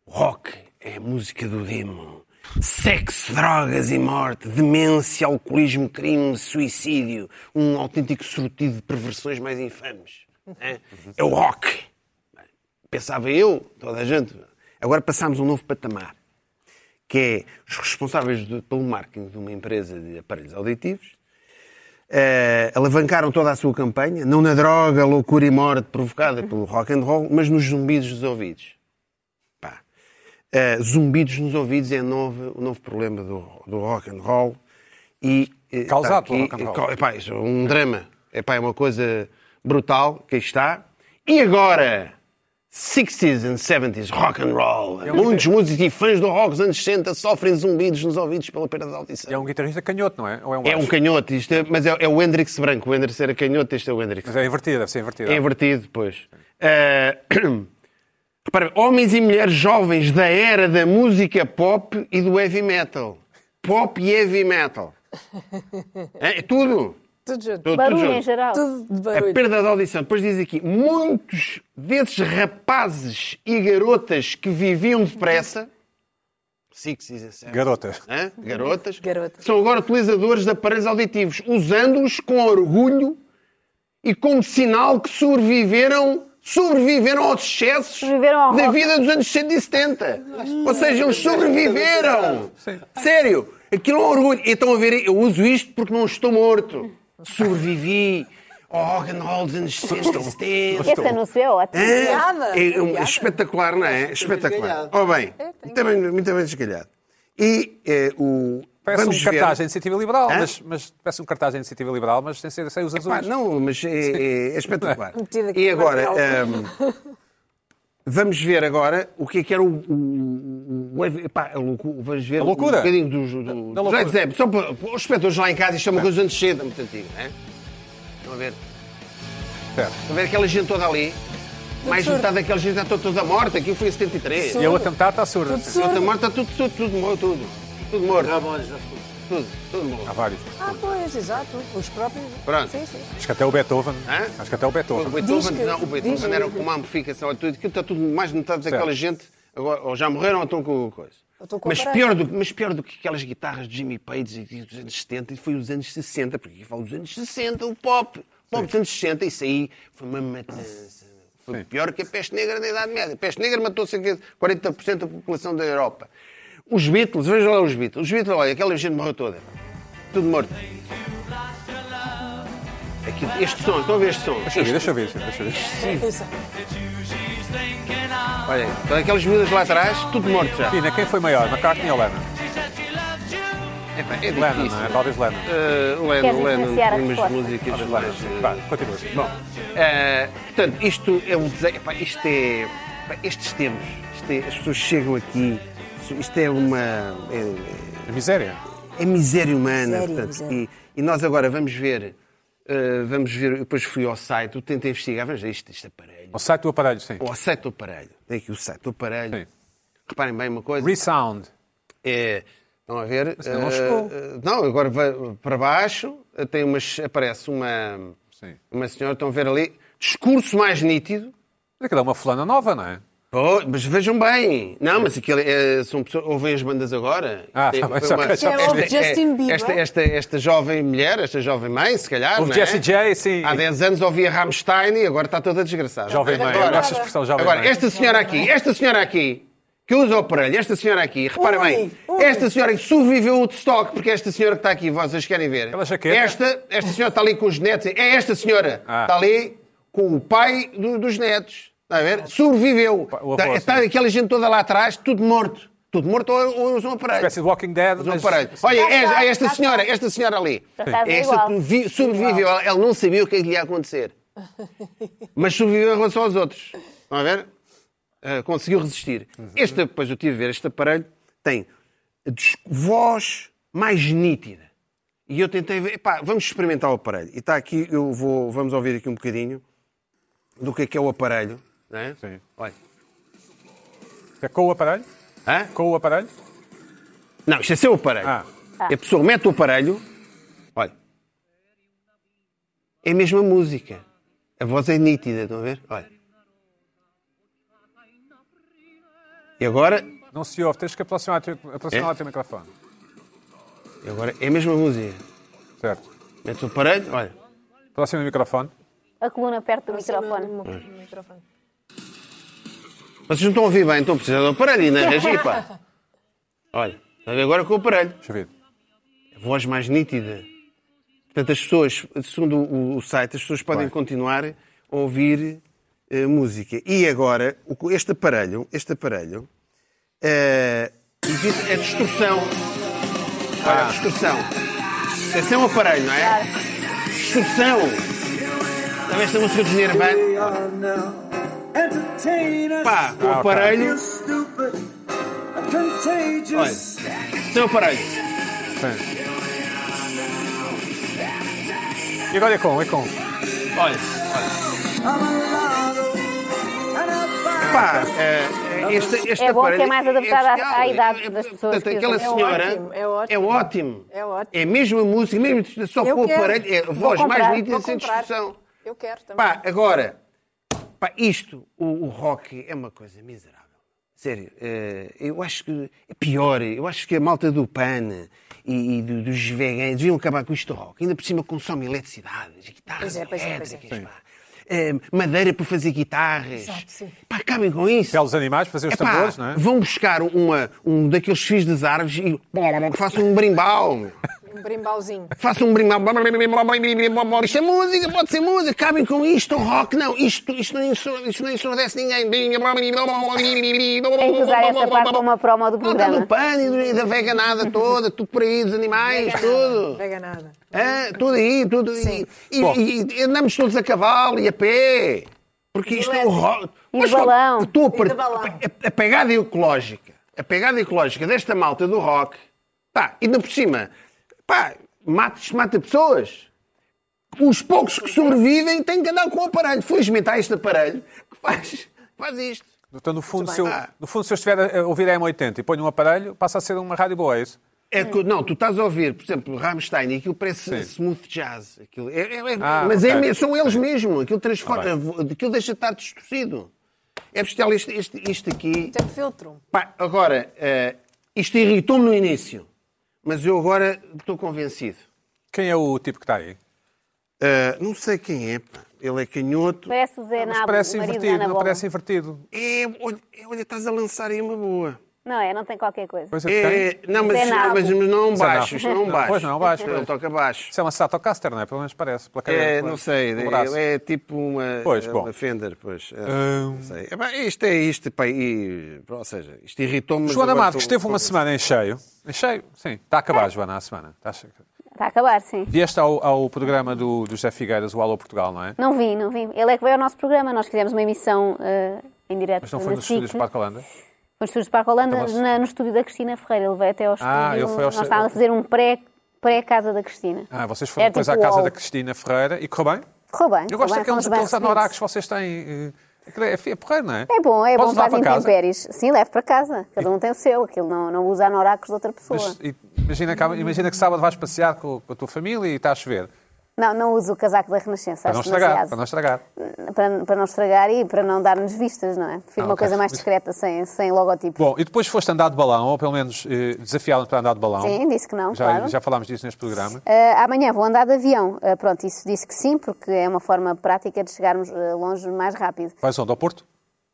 S2: O rock é a música do demo. Sexo, drogas e morte, demência, alcoolismo, crime, suicídio, um autêntico sortido de perversões mais infames. É, é o rock pensava eu, toda a gente. Agora passámos a um novo patamar, que é os responsáveis do- pelo marketing de uma empresa de aparelhos auditivos eh, alavancaram toda a sua campanha, não na droga, loucura e morte provocada pelo rock and roll, mas nos zumbidos dos ouvidos. Pá. Eh, zumbidos nos ouvidos é nova- o novo problema do, do rock and roll. E, eh,
S1: Causado
S2: está aqui-
S1: pelo rock and roll.
S2: Epá, isso é um drama. Epá, é uma coisa brutal que aí está. E agora? 60s and 70s rock and roll. Muitos músicos e fãs do rock dos anos 60 sofrem zumbidos nos ouvidos pela perda da audição.
S1: É um guitarrista canhoto, não é? Ou é um,
S2: É um
S1: baixo?
S2: canhoto, isto é- mas é, é o Hendrix branco. O Hendrix era canhoto, este é o Hendrix.
S1: Mas é invertido, deve ser invertido.
S2: É invertido, pois. Ah, [clears throat] repara, homens e mulheres jovens da era da música pop e do heavy metal. Pop e heavy metal. É, é tudo.
S5: Tudo junto.
S2: Tudo, tudo
S4: Barulho
S2: junto.
S4: em
S1: É
S4: geral.
S5: Tudo de
S2: A
S5: barulho.
S2: É perda da audição. Depois diz aqui, muitos desses rapazes e garotas que viviam depressa, six e seven,
S1: Garotas.
S2: hã? garotas,
S5: Garotas.
S2: são agora utilizadores de aparelhos auditivos, usando-os com orgulho e como sinal que sobreviveram, sobreviveram aos excessos
S4: Sobreviveram ao
S2: da
S4: rock.
S2: vida dos anos 60 e 70. Ou seja, eles sobreviveram. Sério, aquilo é um orgulho. E estão a ver, eu uso isto porque não estou morto. Sobrevivi ao rock and roll dos anos 60 e 70.
S4: Esse anúncio é ótimo.
S5: Piada.
S2: É, é um-
S5: Piada.
S2: espetacular, não é? Espetacular. Oh, bem, muito bem, muito bem desgalhado. E eh, o.
S1: Parece
S2: vamos
S1: um
S2: ver-
S1: cartaz da iniciativa liberal,
S2: Hã?
S1: mas, mas parece um cartaz da iniciativa liberal, mas sem ser sem os azuis.
S2: Pá, não, mas é, é- é espetacular.
S5: [laughs] Metida aqui
S2: E
S5: com
S2: agora,
S5: martelo.
S2: hum, vamos ver agora o que é que era o. o- o- o- epá, a loucu- vamos ver
S1: A loucura.
S2: um bocadinho dos- do, do,
S1: da
S2: dos
S1: loucura.
S2: Led Zeppelin. Só para, para os espectadores lá em casa, isto é uma coisa antes cedo, muito antiga, não é? Estão a ver?
S1: Espera.
S2: Estão a ver aquela gente toda ali? Mais
S5: surdo.
S2: metade daquela gente está toda morta, aqui foi em 73.
S1: E a outra metade está surda.
S5: Tudo
S2: Tudo
S5: surdo.
S2: morto, está tudo, tudo, tudo morto, tudo. Tudo morto. Tudo, tudo
S1: Há
S2: morto.
S1: vários.
S5: Ah, pois, exato. Os próprios.
S2: Pronto.
S5: Sim, sim.
S1: Acho que até o Beethoven.
S2: Hã?
S1: Acho que até o
S2: O
S1: Beethoven.
S2: Beethoven,
S5: Diz que-
S2: não, o Beethoven
S5: diz-
S2: era com uma amplificação e tudo. Aquilo está tudo mais de metade daquela
S1: Certo.
S2: gente. Agora, ou já morreram ou estão com coisa.
S5: Ou estão com
S2: Mas
S5: aparelho.
S2: pior, do, que- mas pior do que aquelas guitarras de Jimmy Page e dos anos 70, e foi os anos 60, porque aqui falo dos anos 60, o pop. O pop dos anos 60, isso aí foi uma matança. Foi pior que a peste negra na Idade Média. A peste negra matou cerca de 40% da população da Europa. Os Beatles, vejam lá os Beatles. Os Beatles, olha, aquela gente morreu toda. Tudo morto. Aquilo, este som, estão a ver este som?
S1: Deixa eu ver, deixa eu ver. Deixa eu ver.
S5: Exato.
S2: Olha, aí, estão aquelas miúdas lá atrás, tudo morto já.
S1: Pina, quem foi maior, McCartney ou Lennon?
S2: Epá, é difícil.
S1: Lennon, não é? Talvez Lennon.
S2: Eh, o Lennon,
S4: Queres
S2: o Lennon
S4: influenciar a
S2: tem umas
S4: resposta?
S2: músicas
S1: Talvez Lennon,
S2: mais...
S1: sim.
S2: eh,
S1: Vá, continua. sim.
S2: Bom, eh, portanto, isto é um desenho. epá, isto é. epá, estes tempos, isto é- as pessoas chegam aqui, isto é uma. é-
S1: A miséria.
S2: é miséria humana.
S5: Miséria,
S2: portanto,
S5: miséria.
S2: E, e nós agora vamos ver, eh, vamos ver, eu depois fui ao site, eu tentei investigar, vamos ver isto, é este aparelho.
S1: O site do aparelho, sim.
S2: Ou ao site do aparelho. Tem aqui o site do aparelho.
S1: Sim.
S2: Reparem bem uma coisa.
S1: Resound.
S2: É, estão a ver?
S1: ainda não
S2: Eh,
S1: chegou.
S2: eh, não, agora vai para baixo, eh, tem umas, aparece uma,
S1: Sim.
S2: uma senhora, estão a ver ali, discurso mais nítido.
S1: Mas aquilo é uma fulana nova, não é?
S2: Pô, mas vejam bem. Não, mas aquilo é, são pessoas. Ouvem as bandas agora?
S1: Ah,
S2: Isto
S1: mas já- já
S5: Que é, ouve percebi. Justin Bieber.
S2: Esta, esta, esta jovem mulher, esta jovem mãe, se calhar.
S1: Ouve
S2: não é?
S1: Jessie J, sim.
S2: Há 10 anos ouvia Rammstein e agora está toda desgraçada.
S1: Jovem mãe. Eu
S2: Agora,
S1: gosto da expressão jovem
S2: agora,
S1: mãe.
S2: esta senhora aqui, esta senhora aqui, que usa o aparelho, esta senhora aqui, repara bem, esta senhora que sobreviveu o estoque, porque esta senhora que está aqui, vocês querem ver.
S1: Aquela jaqueta.
S2: Esta, esta senhora está ali com os netos, é esta senhora,
S1: Ah.
S2: está ali com o pai do- dos netos. Está a ver? Sobreviveu.
S1: O avô,
S2: Está, está
S1: sim.
S2: aquela gente toda lá atrás, tudo morto. Tudo morto ou, ou usa um aparelho.
S1: Espécie de Walking Dead,
S2: Usa um
S1: mas-
S2: aparelho. Olha, esta, esta senhora, esta senhora ali.
S4: Por acaso é
S2: Esta
S4: igual.
S2: que vi- sobreviveu. Ela, ela não sabia o que é que lhe ia acontecer. Mas sobreviveu em relação aos outros. Estão a ver? Ah, conseguiu resistir. Este, depois eu tive a ver, este aparelho tem a dis- voz mais nítida. E eu tentei ver. Epá, vamos experimentar o aparelho. E está aqui, eu vou, vamos ouvir aqui um bocadinho do que é que é o aparelho. Não é?
S1: Sim.
S2: Olha.
S1: É com o aparelho?
S2: Hã?
S1: Com o aparelho?
S2: Não, isto é seu aparelho.
S1: Ah.
S2: A pessoa mete o aparelho, olha, é a mesma música. A voz é nítida, estão a ver? Olha. E agora,
S1: Não se ouve. Tens que aproximar, aproximar
S2: É?
S1: o teu microfone.
S2: e agora é a mesma música.
S1: Certo.
S2: Mete o aparelho, olha.
S1: Aproxima Tá o microfone.
S4: A coluna perto do microfone.
S5: microfone. microfone.
S2: Vocês não estão a ouvir bem, estão a precisar do aparelho, não é? Giro, pá. Olha, está a ver agora com o aparelho.
S1: Deixa eu ver.
S2: A voz mais nítida. Portanto, as pessoas, segundo o, o site, as pessoas podem continuar a ouvir eh, música. E agora, o co- este aparelho, este aparelho, eh, evita a distorção. Olha,
S1: Ah.
S2: a distorção. Esse é um aparelho, não é? Distorção! Talvez esta música dos Nirvana. Pá, com o
S1: Ah, ok.
S2: aparelho. Olha, sem é o aparelho.
S1: Sim. E agora é com, é com.
S2: Olha, olha. Pá, é, é, este, este
S4: É bom que é
S2: aparelho
S4: mais adaptado à-
S2: especial.
S4: à idade
S2: É, é,
S4: das pessoas
S2: Portanto,
S4: que
S2: aquela
S4: usam.
S5: É
S2: senhora
S5: ótimo, é ótimo.
S2: é ótimo.
S5: É ótimo.
S2: É mesmo a música, mesmo só
S5: Eu
S2: com o
S5: quero.
S2: aparelho. É a
S5: Vou
S2: voz
S4: comprar,
S2: mais nítida
S5: Vou
S2: sem
S5: comprar.
S2: discussão.
S5: Eu quero também.
S2: Pá, agora, pá, isto, o, o rock é uma coisa miserável. Sério, eh, eu acho que é pior. Eu acho que a malta do PAN e, e do- dos veganos deviam acabar com isto do rock. Ainda por cima consomem eletricidade, as guitarras,
S5: Pois é, pois é, pois é.
S2: elétricas, pá. Eh, madeira para fazer guitarras.
S5: Exato, sim.
S2: Pá, acabem com isso.
S1: Pelos animais, fazer os
S2: Epá,
S1: tambores, não é?
S2: Vão buscar uma, um daqueles fios das árvores e façam um brimbal. meu.
S5: Um brimbalzinho.
S2: Faça um brinde. Isto é música, pode ser música. Acabem com isto, o rock não. Isto, isto, não, ensurdece, isto não ensurdece ninguém. Tem
S4: que usar essa parte como uma promo do programa.
S2: do pano tá e da veganada toda, tudo por aí, dos animais, tudo.
S5: Pega nada.
S2: Ah, tudo aí, tudo aí. E, e- e andamos todos a cavalo e a pé. Porque isto é o rock. Mas
S4: de
S2: só-
S4: balão.
S2: eu estou a, per-
S5: de balão.
S2: a- a pegada ecológica. A pegada ecológica desta malta do rock. Pá, ainda por cima. Pá, mata, isto mata pessoas. Os poucos que sobrevivem têm que andar com o aparelho. Felizmente há este aparelho que faz, faz isto.
S1: Então, no fundo, se eu,
S2: Ah.
S1: no fundo, se eu estiver a a ouvir a M80 e ponho um aparelho, passa a ser uma rádio boa, é isso?
S2: É que- não, tu estás a ouvir, por exemplo, Rammstein, e aquilo parece
S1: Sim.
S2: smooth jazz. Aquilo, é- é- é-
S1: Ah,
S2: mas é
S1: ok.
S2: me- são eles mesmo. Aquilo, transforma,
S1: Ah,
S2: aquilo deixa de estar distorcido. É bestial isto, isto, isto aqui.
S1: Então
S5: Tem é filtro.
S2: Pá, agora, eh, isto irritou-me no início, mas eu agora estou convencido.
S1: Quem é o tipo que está aí?
S2: Eh, não sei quem é, pá. ele é canhoto.
S4: Parece Ah, o Zé
S1: Mas
S4: Nabo,
S1: parece
S4: o marido da
S1: invertido,
S4: Ana
S1: não
S4: Bola.
S1: parece invertido.
S2: É, olha, é, olha, estás a lançar aí uma boa.
S4: Não é? Não tem qualquer coisa.
S1: Pois
S2: É,
S1: é, tem.
S2: não, mas,
S4: Isso é nabo.
S2: mas não
S1: Isso é nabo.
S2: baixo, isto não baixo.
S1: Pois não, baixo,
S2: Não
S1: pois.
S2: toca baixo.
S1: Isso é uma Sato Caster, não é? Pelo menos parece. Pela
S2: É,
S1: cadeira, Um pela-
S2: não sei,
S1: pelo braço.
S2: é, é tipo uma,
S1: Pois,
S2: é
S1: bom.
S2: uma Fender, pois. é,
S1: Hum.
S2: não sei. É, pá, isto é isto, pá, e, ou seja, isto irritou-me. mas
S1: Joana
S2: agora
S1: Matos
S2: estou-
S1: teve uma
S2: estou-
S1: semana em cheio. Em cheio? Sim. Está a acabar, Joana, a semana. Está a che-
S4: Está a acabar, sim.
S1: Vieste ao, ao programa do, do José Figueiras, o Alô Portugal, não é?
S4: Não vi, não vi. Ele é que veio ao nosso programa. Nós fizemos uma emissão eh, em direto
S1: Mas não foi
S4: na
S1: nos estúdios
S4: SIC.
S1: de Parque Holanda?
S4: Nos estúdios de Parque Holanda,
S1: Então,
S4: na- no estúdio da Cristina Ferreira. Ele veio até ao estúdio.
S1: ele foi ao
S4: Nós
S1: estúdio.
S4: estávamos a fazer um pré- pré-casa da Cristina.
S1: Ah, vocês foram
S4: Era
S1: depois
S4: tipo
S1: à casa
S4: UOL.
S1: da Cristina Ferreira e correu bem?
S4: Correu bem.
S1: Eu
S4: correu
S1: gosto
S4: bem,
S1: daqueles,
S4: fomos bem
S1: daqueles anorakes que vocês
S4: recebidos.
S1: têm. eh, aquilo É, é porreiro, não é?
S4: É bom, é
S1: Podes levar
S4: bom para as
S1: para casa?
S4: intempéries. Sim, leve para casa. Cada um tem o seu. Aquilo não, não usa anoracos de outra pessoa.
S1: Mas, e- imagina, que, há- imagina que sábado vais passear com, com a tua família e está a chover.
S4: Não, não uso o casaco da Renascença.
S1: Para
S4: Acho
S1: não estragar.
S4: demasiado.
S1: Para não estragar.
S4: para, para não estragar e para não dar-nos vistas, não é? Prefiro
S1: Ah,
S4: uma
S1: ok.
S4: coisa mais discreta, sem, sem logotipo.
S1: Bom, e depois foste andar de balão, ou pelo menos eh, desafiaram-te para andar de balão.
S4: Sim, disse que não,
S1: já,
S4: claro.
S1: já falámos disso neste programa.
S4: Ah, amanhã vou andar de avião. Ah, pronto, isso disse que sim, porque é uma forma prática de chegarmos ah, longe mais rápido.
S1: Vais onde? Ao Porto?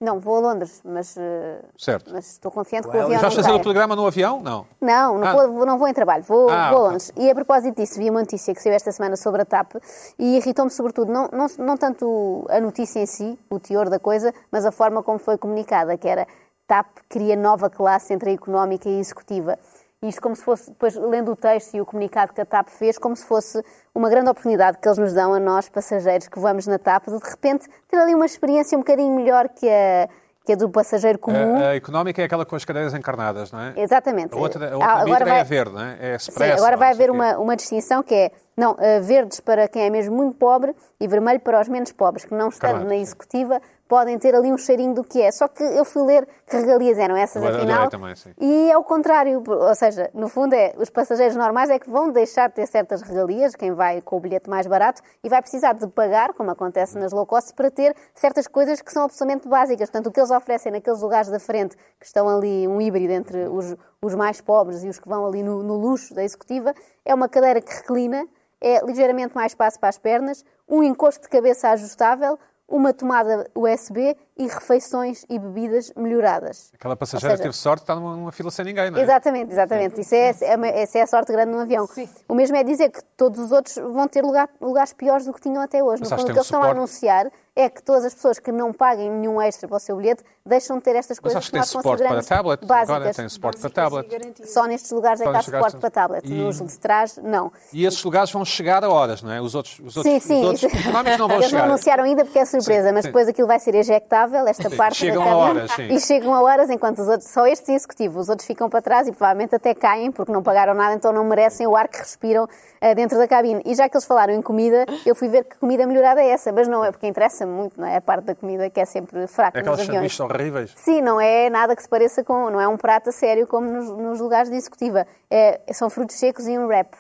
S4: Não, vou a Londres, mas, ah,
S1: Certo.
S4: mas estou confiante que o avião
S1: Já
S4: não
S1: vais fazer o
S4: caia.
S1: programa no avião? Não.
S4: Não, não,
S1: Ah.
S4: vou, vou- não vou em trabalho, vou,
S1: Ah,
S4: vou
S1: ok.
S4: a Londres. E a propósito disso, vi uma notícia que saiu esta semana sobre a TAP e irritou-me sobretudo, não, não, não tanto a notícia em si, o teor da coisa, mas a forma como foi comunicada, que era TAP cria nova classe entre a económica e a executiva. Isto como se fosse, depois lendo o texto e o comunicado que a TAP fez, como se fosse uma grande oportunidade que eles nos dão a nós, passageiros, que vamos na TAP, de de repente ter ali uma experiência um bocadinho melhor que a, que a do passageiro comum.
S1: A, a económica é aquela com as cadeiras encarnadas, não é?
S4: Exatamente.
S1: A outra, a
S4: Ah,
S1: outra
S4: agora
S1: mitra é
S4: vai-
S1: a verde, não é? É
S4: Sim,
S1: expressa.
S4: agora
S1: não
S4: vai
S1: sei
S4: haver
S1: o quê.
S4: uma, uma distinção que é não, eh, verdes para quem é mesmo muito pobre e vermelho para os menos pobres, que não estando
S1: Claro,
S4: na
S1: sim.
S4: executiva podem ter ali um cheirinho do que é. Só que eu fui ler que regalias eram essas,
S1: Eu adorei
S4: afinal.
S1: também, sim.
S4: E é o contrário, ou seja, no fundo é os passageiros normais é que vão deixar de ter certas regalias, quem vai com o bilhete mais barato, e vai precisar de pagar, como acontece nas low cost, para ter certas coisas que são absolutamente básicas. Portanto, o que eles oferecem naqueles lugares da frente, que estão ali um híbrido entre os, os mais pobres e os que vão ali no, no luxo da executiva, é uma cadeira que reclina, é ligeiramente mais espaço para as pernas, um encosto de cabeça ajustável, uma tomada USB e refeições e bebidas melhoradas.
S1: Aquela
S4: Ou
S1: passageira
S4: seja,
S1: teve sorte de estar numa, numa fila sem ninguém, não é?
S4: Exatamente, exatamente. Isso é, é uma- essa é a sorte grande num avião. O mesmo é dizer que todos os outros vão ter lugar- lugares piores do que tinham até hoje.
S1: Mas
S4: no
S1: acho
S4: fundo,
S1: que tem um
S4: o que eles estão a
S1: suporte.
S4: anunciar é que todas as pessoas que não paguem nenhum extra para o seu bilhete deixam de ter estas
S1: Mas
S4: coisas
S1: acho que
S4: que
S1: tem
S4: nós
S1: suporte para
S4: consideramos
S1: tablet.
S4: básicas.
S1: Agora tem suporte para tablet.
S4: Só nestes lugares é
S1: Só
S4: que há
S1: nestes lugares
S4: suporte para tablet.
S1: tem.
S4: Nos de trás, não.
S1: E esses lugares vão chegar a horas, não é? Os outros, os outros,
S4: Sim, sim. é
S1: Os
S4: [laughs]
S1: outros económicos não vão
S4: Eles não
S1: chegar.
S4: anunciaram ainda porque é surpresa, mas
S1: sim.
S4: depois aquilo vai ser ejectável, esta
S1: Sim,
S4: parte
S1: chegam
S4: da
S1: a
S4: câmara,
S1: horas, sim.
S4: E chegam a horas, enquanto os outros, só estes executivos, os outros ficam para trás e provavelmente até caem porque não pagaram nada, então não merecem o ar que respiram eh, dentro da cabine. E já que eles falaram em comida, eu fui ver que comida melhorada é essa, mas não é porque interessa muito, não é? A parte da comida que é sempre fraca
S1: É
S4: nos
S1: aquelas
S4: aviões.
S1: sanduíches horríveis.
S4: Sim, não é nada que se pareça com, não é um prato a sério como nos, nos lugares de executiva. É- são frutos secos e um wrap.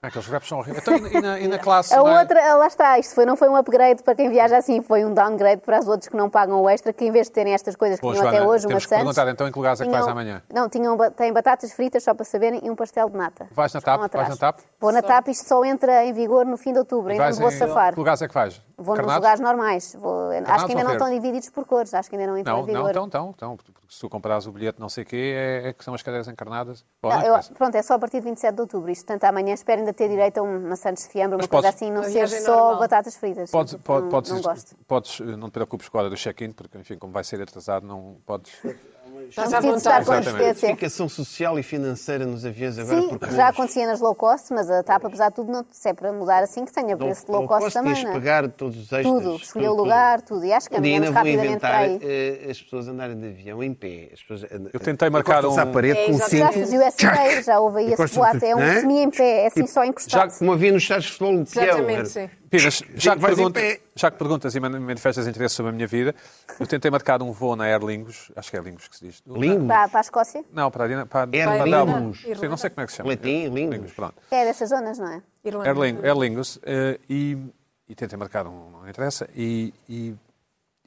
S1: Ah, aqueles wraps são horríveis. Então, e, na, e na classe.
S4: A
S1: não é?
S4: outra, ah, lá está, isto foi, não foi um upgrade para quem viaja assim, foi um downgrade para os outros que não pagam o extra, que em vez de terem estas coisas que
S1: Bom,
S4: tinham até
S1: Joana,
S4: hoje, uma
S1: temos que perguntar então em que lugares é que vais amanhã.
S4: Não, tinham, ba- têm batatas fritas, só para saberem, e um pastel de nata.
S1: Vais na
S4: Estão
S1: TAP?
S4: atrás.
S1: Vais na TAP?
S4: Vou na TAP, isto só entra em vigor no fim de outubro, ainda
S1: Vais
S4: não vou
S1: em-
S4: um safar.
S1: Que lugares é que vais?
S4: Vou nos
S1: Carnados?
S4: lugares normais. Vou- acho que ainda
S1: ou
S4: não
S1: verde?
S4: estão divididos por cores, acho que ainda não entram
S1: Não,
S4: em
S1: não,
S4: vigor.
S1: então, então, então. Porque se tu comprares o bilhete não sei o quê, é, é que são as cadeiras encarnadas. Bom,
S4: Não,
S1: não
S4: eu-
S1: interessa.
S4: pronto, é só a partir de 27 de outubro. Isto, portanto, amanhã espero ainda ter direito a um maçãs de fiambre, uma
S1: Mas
S4: coisa
S1: podes-
S4: assim, não
S5: Uma
S4: ser
S5: viagem
S4: só
S5: normal.
S4: batatas fritas.
S1: Podes, po-
S4: não,
S1: podes,
S4: não gosto.
S1: podes, eh, não te preocupes com a hora do check-in, porque, enfim, como vai ser atrasado, não podes.
S5: Estás à
S4: Preciso estar
S5: vontade.
S4: com
S1: Exatamente.
S4: assistência.
S2: Identificação social e financeira nos aviões agora
S4: Sim,
S2: porque
S4: já acontecia nas low cost, mas a TAP, apesar de tudo, não, se é para mudar assim, que tenha
S2: não,
S4: preço de low
S2: não
S4: cost
S2: posso
S4: também,
S2: tens de
S4: não é?
S2: pagar todos os extras.
S4: Tudo, escolher o lugar, tudo. E acho que
S2: Um dia ainda
S4: caminhamos
S2: vou
S4: rapidamente para
S2: inventar
S4: aí.
S2: eh, as pessoas andarem de avião em pé. As pessoas,
S1: Eu tentei marcar
S2: Encostam-se
S1: um-
S2: à parede
S5: É,
S2: com um
S5: exato.
S4: Já
S2: cinto.
S4: surgiu essa ideia, já houve aí esse
S2: Encosta-te,
S4: boato. É um
S2: não é?
S4: semi em pé, é assim só encostado.
S2: Como havia nos estádios de futebol de peão, era-
S5: Exatamente, sim.
S1: Pinas, já que,
S2: Vais em
S1: pergunta-
S2: pé.
S1: já que perguntas e man- manifestas interesse sobre a minha vida, eu tentei marcar um voo na Air Lingus, acho que é Lingus que se diz.
S2: Lingo,
S4: Para, para a Escócia?
S1: Não, para a Dina- para,
S2: Air
S1: para a
S2: Lingus.
S1: Dublin. Sim, não sei como é que se chama.
S2: Latim, Lingus.
S1: pronto.
S4: É dessas zonas, não é?
S5: Irlanda.
S1: Aer Lingus, Aer Lingus, eh, e, e tentei marcar um, não interessa, e, e,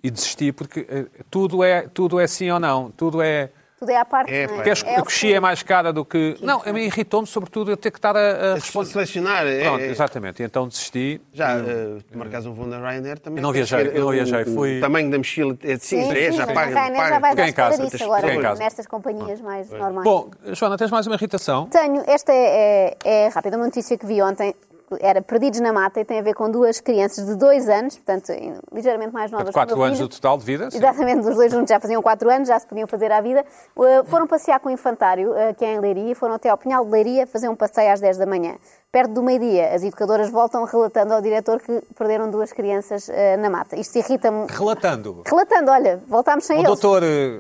S1: e desisti porque eh, tudo, é, tudo é sim ou não, tudo é
S4: Tudo é à parte.
S2: É,
S4: não
S2: pá,
S1: Porque a- a coxia é mais cara do que. Não, a mim irritou-me, sobretudo, eu ter que estar a, a responder.
S2: Selecionar. é-
S1: Pronto,
S2: é-
S1: exatamente. E então desisti.
S2: Já, eh, tu marcas um voo na Ryanair também.
S1: Eu não viajei, eu não viajei,
S2: O-
S1: fui-
S2: O tamanho da mochila é de
S4: Sim,
S2: 5,
S4: sim,
S2: 3, já
S4: mas
S2: paga.
S4: a Ryanair já
S2: paga.
S4: vais
S1: Fica
S4: à
S1: em casa,
S4: espera disso
S1: tens-
S4: agora,
S1: fica em casa.
S4: nestas companhias mais normais.
S1: Bom, Joana, tens mais uma irritação?
S4: Tenho, esta é, é, é rápida, uma notícia que vi ontem, que era Perdidos na Mata e tem a ver com duas crianças de dois anos, portanto, em- ligeiramente mais novas.
S1: De
S4: que o
S1: quatro
S4: meu
S1: anos
S4: filho.
S1: do total de vida? sim.
S4: Exatamente, os dois juntos já faziam 4 anos, já se podiam fazer à vida. Uh, foram passear com o infantário, uh, que é em Leiria, e foram até ao Pinhal de Leiria fazer um passeio às 10 da manhã. Perto do meio-dia, as educadoras voltam relatando ao diretor que perderam duas crianças uh, na mata. Isto irrita-me.
S1: Relatando.
S4: Relatando, olha, voltámos sem
S1: O
S4: eles.
S1: doutor. eh,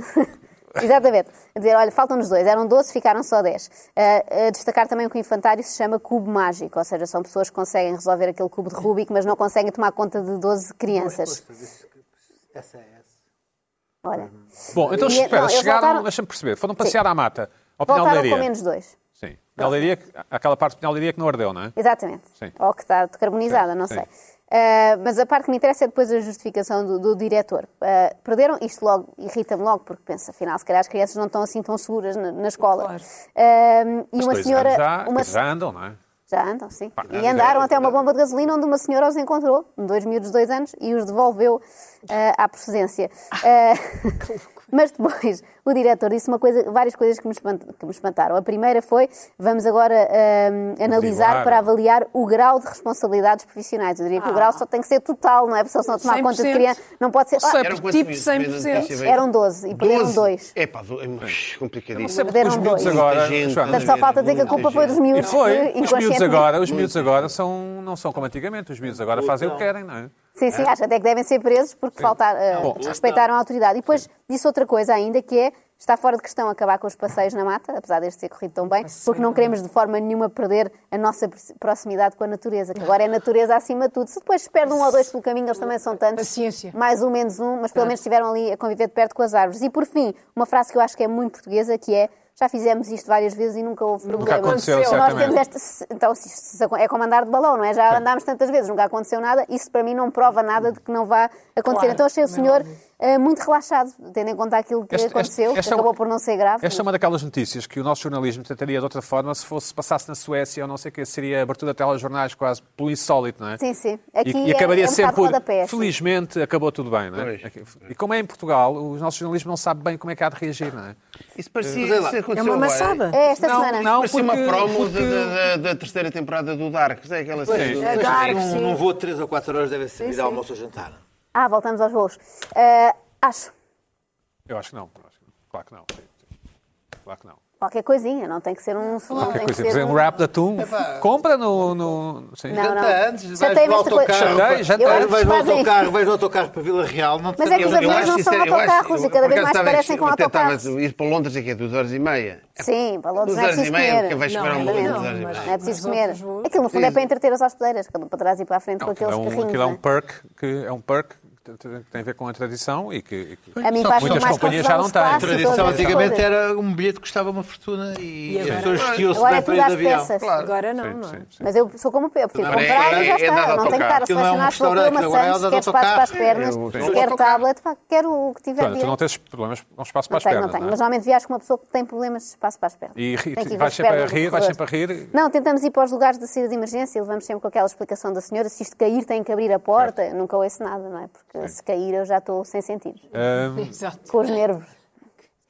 S4: Exatamente. A dizer, olha, faltam-nos dois. Eram 12, ficaram só 10. Ah, a destacar também que o infantário se chama cubo mágico, ou seja, são pessoas que conseguem resolver aquele cubo de Rubik, mas não conseguem tomar conta de 12 crianças.
S6: é
S4: Olha,
S1: Bom, então
S4: E,
S1: espera,
S4: não, eles
S1: chegaram,
S4: voltaram-
S1: deixa-me perceber, foram passear à mata, ao Pinhal de
S4: voltaram com
S1: Leiria.
S4: menos dois.
S1: Sim, Pinhal de Leiria, aquela parte do Pinhal de Leiria que não ardeu, não é?
S4: Exatamente.
S1: Sim.
S4: Ou que está decarbonizada,
S1: Sim,
S4: não
S1: sim.
S4: sei. Ah, mas a parte que me interessa é depois a justificação do, do diretor. Ah, perderam, isto logo irrita-me logo, porque penso, afinal, se calhar as crianças não estão assim tão seguras na, na escola.
S5: Claro.
S4: Ah, e
S1: Os
S4: uma
S1: dois
S4: senhora.
S1: anos já,
S4: uma,
S1: já andam, não é?
S4: Já andam, sim.
S1: já,
S4: E andaram
S1: já,
S4: até uma
S1: já.
S4: bomba de gasolina onde uma senhora os encontrou, um dois miúdos de dois anos, e os devolveu ah,
S1: [laughs]
S4: à procedência. Ah, [laughs] mas depois o diretor disse uma coisa, várias coisas que me, espant- que me espantaram. A primeira foi: vamos agora ah, analisar
S1: Averiguar.
S4: para avaliar o grau de responsabilidades profissionais. Eu diria que o
S1: Ah.
S4: grau só tem que ser total, não é? Porque se eles não tomar conta de
S5: 100%.
S4: criança, não pode
S1: é
S4: ser. Ah,
S5: Era
S2: Eram quantos
S5: Tipo
S2: miúdos?
S5: 100%.
S4: eram 12 e perderam
S2: 12?
S4: dois.
S2: É pá, do- é mais complicadíssimo.
S1: Sempre
S4: Perderam
S1: os miúdos
S4: dois.
S1: agora,
S2: Muita gente,
S1: Joana,
S4: Portanto, só falta dizer que a
S2: Muita
S4: culpa foi dos
S2: gente.
S1: E
S4: miúdos. [laughs] que
S1: foi, os miúdos
S4: inconscientemente-
S1: agora, os miúdos agora são, não são como antigamente, os miúdos agora fazem o que querem, não é?
S4: Sim, sim, acho até que devem ser presos porque faltar, eh,
S1: Bom.
S4: desrespeitaram a autoridade. E depois disse outra coisa ainda, que é, está fora de questão acabar com os passeios na mata, apesar deste ter corrido tão bem, porque não queremos de forma nenhuma perder a nossa prox- proximidade com a natureza, que agora é natureza acima de tudo. Se depois se perde um ou dois pelo caminho, eles também são tantos.
S5: Paciência.
S4: Mais um, menos um, mas pelo
S1: É.
S4: menos estiveram ali a conviver de perto com as árvores. E por fim, uma frase que eu acho que é muito portuguesa, que é, já fizemos isto várias vezes e nunca houve problema.
S1: aconteceu,
S4: Se Nós temos
S1: certamente.
S4: esta- se- então, se, isto- se acon- é como andar de balão, não é? Já andámos tantas vezes, nunca aconteceu nada. Isso para mim não prova nada de que não vá acontecer.
S5: Claro,
S4: então achei o
S5: como é
S4: senhor
S5: óbvio.
S4: eh, muito relaxado, tendo em conta aquilo que
S1: Este- este-
S4: aconteceu, que
S1: esta-
S4: acabou por não ser grave.
S1: Esta é uma daquelas notícias que o nosso jornalismo trataria de outra forma se fosse passasse na Suécia ou não sei o que, seria abertura de telejornais quase pelo insólito, não é?
S4: Sim, sim.
S1: E-
S4: Aqui
S1: e,
S4: é-
S1: acabaria
S4: é um
S1: sempre
S4: bocado
S1: por.
S4: rodapé, sim.
S1: Felizmente acabou tudo bem, não é?
S2: Pois.
S1: Aqui- E como é em Portugal, o nosso jornalismo não sabe bem como é que há de reagir, não é?
S2: Isso parecia isso aconteceu
S5: É uma
S2: agora.
S5: amassada.
S4: É esta
S1: Não,
S4: semana.
S1: não.
S2: Parecia
S1: porque-
S2: uma promo
S1: porque-
S2: de- da, da- da terceira temporada do Dark. É aquela série do-
S5: É Dark, sim.
S6: Num, num voo de 3 ou 4 horas deve servir de almoço ou jantar.
S4: Ah, voltamos aos voos. Eh, acho.
S1: Eu acho que não. eu acho que não. Claro que não. sim, sim. Claro que não.
S4: Qualquer coisinha, não tem que ser um salão.
S1: Qualquer
S4: tem
S1: coisa.
S4: que
S1: Por
S4: ser
S1: exemplo, um wrap de atum. Compra no. no sim.
S4: Não, não.
S6: Janta antes,
S4: Já
S6: vais
S4: tem
S6: no
S4: esta coisa.
S6: autocarro.
S1: Jantei, jantei.
S4: Eu acho que
S6: vais no
S4: fazem-
S6: autocarro, vais no autocarro para Vila Real. Não te
S4: Mas é que
S6: sabia.
S4: os aviões
S2: acho
S4: não são
S2: sincero, eu acho-
S4: autocarros e
S2: eu-
S4: cada
S2: por
S4: vez
S2: acaso
S4: mais
S2: estava-
S4: parecem com
S2: eu até
S4: autocarros.
S2: estava a Ir para Londres aqui, duas horas e meia.
S4: Sim, para Londres
S2: Duas
S4: não é
S2: horas
S4: preciso
S2: e meia,
S4: comer.
S2: porque vais
S5: Não,
S2: esperar um
S5: ainda
S2: bolo
S5: não,
S2: duas horas e
S5: mas-
S4: Não
S2: meia.
S4: é preciso
S5: Os
S4: comer.
S5: outros voos-
S4: Aquilo, no fundo, é para entreter as hospedeiras, cada um para trás e para a frente
S1: Não,
S4: com
S1: aquilo é
S4: aqueles
S1: um,
S4: carrinhos.
S1: aquilo é
S4: não
S1: um
S4: é?
S1: perk que é um perk que tem- tem a ver com a tradição e que, e que-
S4: A mim
S6: Só
S4: faz
S6: muitas
S4: mais
S1: companhias
S4: confusão
S1: já não
S4: os
S1: têm.
S4: passos e todas
S6: Tradição
S4: essas
S6: antigamente
S4: coisas.
S6: era um bilhete que custava uma fortuna e,
S5: E
S6: as
S5: agora?
S6: pessoas vestiam-se
S4: Agora é
S6: bem para
S4: tudo
S6: ir
S4: às
S6: de avião.
S4: peças.
S5: Agora não, não é?
S1: sim, sim.
S4: Mas eu sou como o Pedro, prefiro
S2: Não, é-
S4: comprar e já
S2: é- é nada
S4: está. Não tenho que estar a
S2: autocarro.
S6: Aquilo não é um
S4: selecionar se vou querer
S6: restaurante,
S4: uma
S6: agora é
S4: Santos,
S6: nada
S4: quer espaço para as
S6: autocarro.
S4: pernas,
S1: Eu- sim.
S4: quer tablet, pá, quero o que tiver
S1: Joana, tu não
S4: direito.
S1: tens problemas com espaço para
S4: Não
S1: as
S4: tenho,
S1: pernas,
S4: não tenho.
S1: não é?
S4: Mas normalmente viajo com uma pessoa que tem problemas de espaço para as pernas.
S1: E ri-
S4: Tem que ir
S1: vais
S4: com as
S1: sempre a
S4: pernas no
S1: rir, vais sempre a
S4: corredor. [laughs]
S1: rir.
S4: Não, tentamos ir para os lugares de saída de emergência e levamos sempre com aquela explicação da senhora. Se isto cair, tem que abrir a porta. Nunca ouço nada, não é? Porque se cair, eu já estou sem sentido.
S5: Exato.
S4: Com os nervos.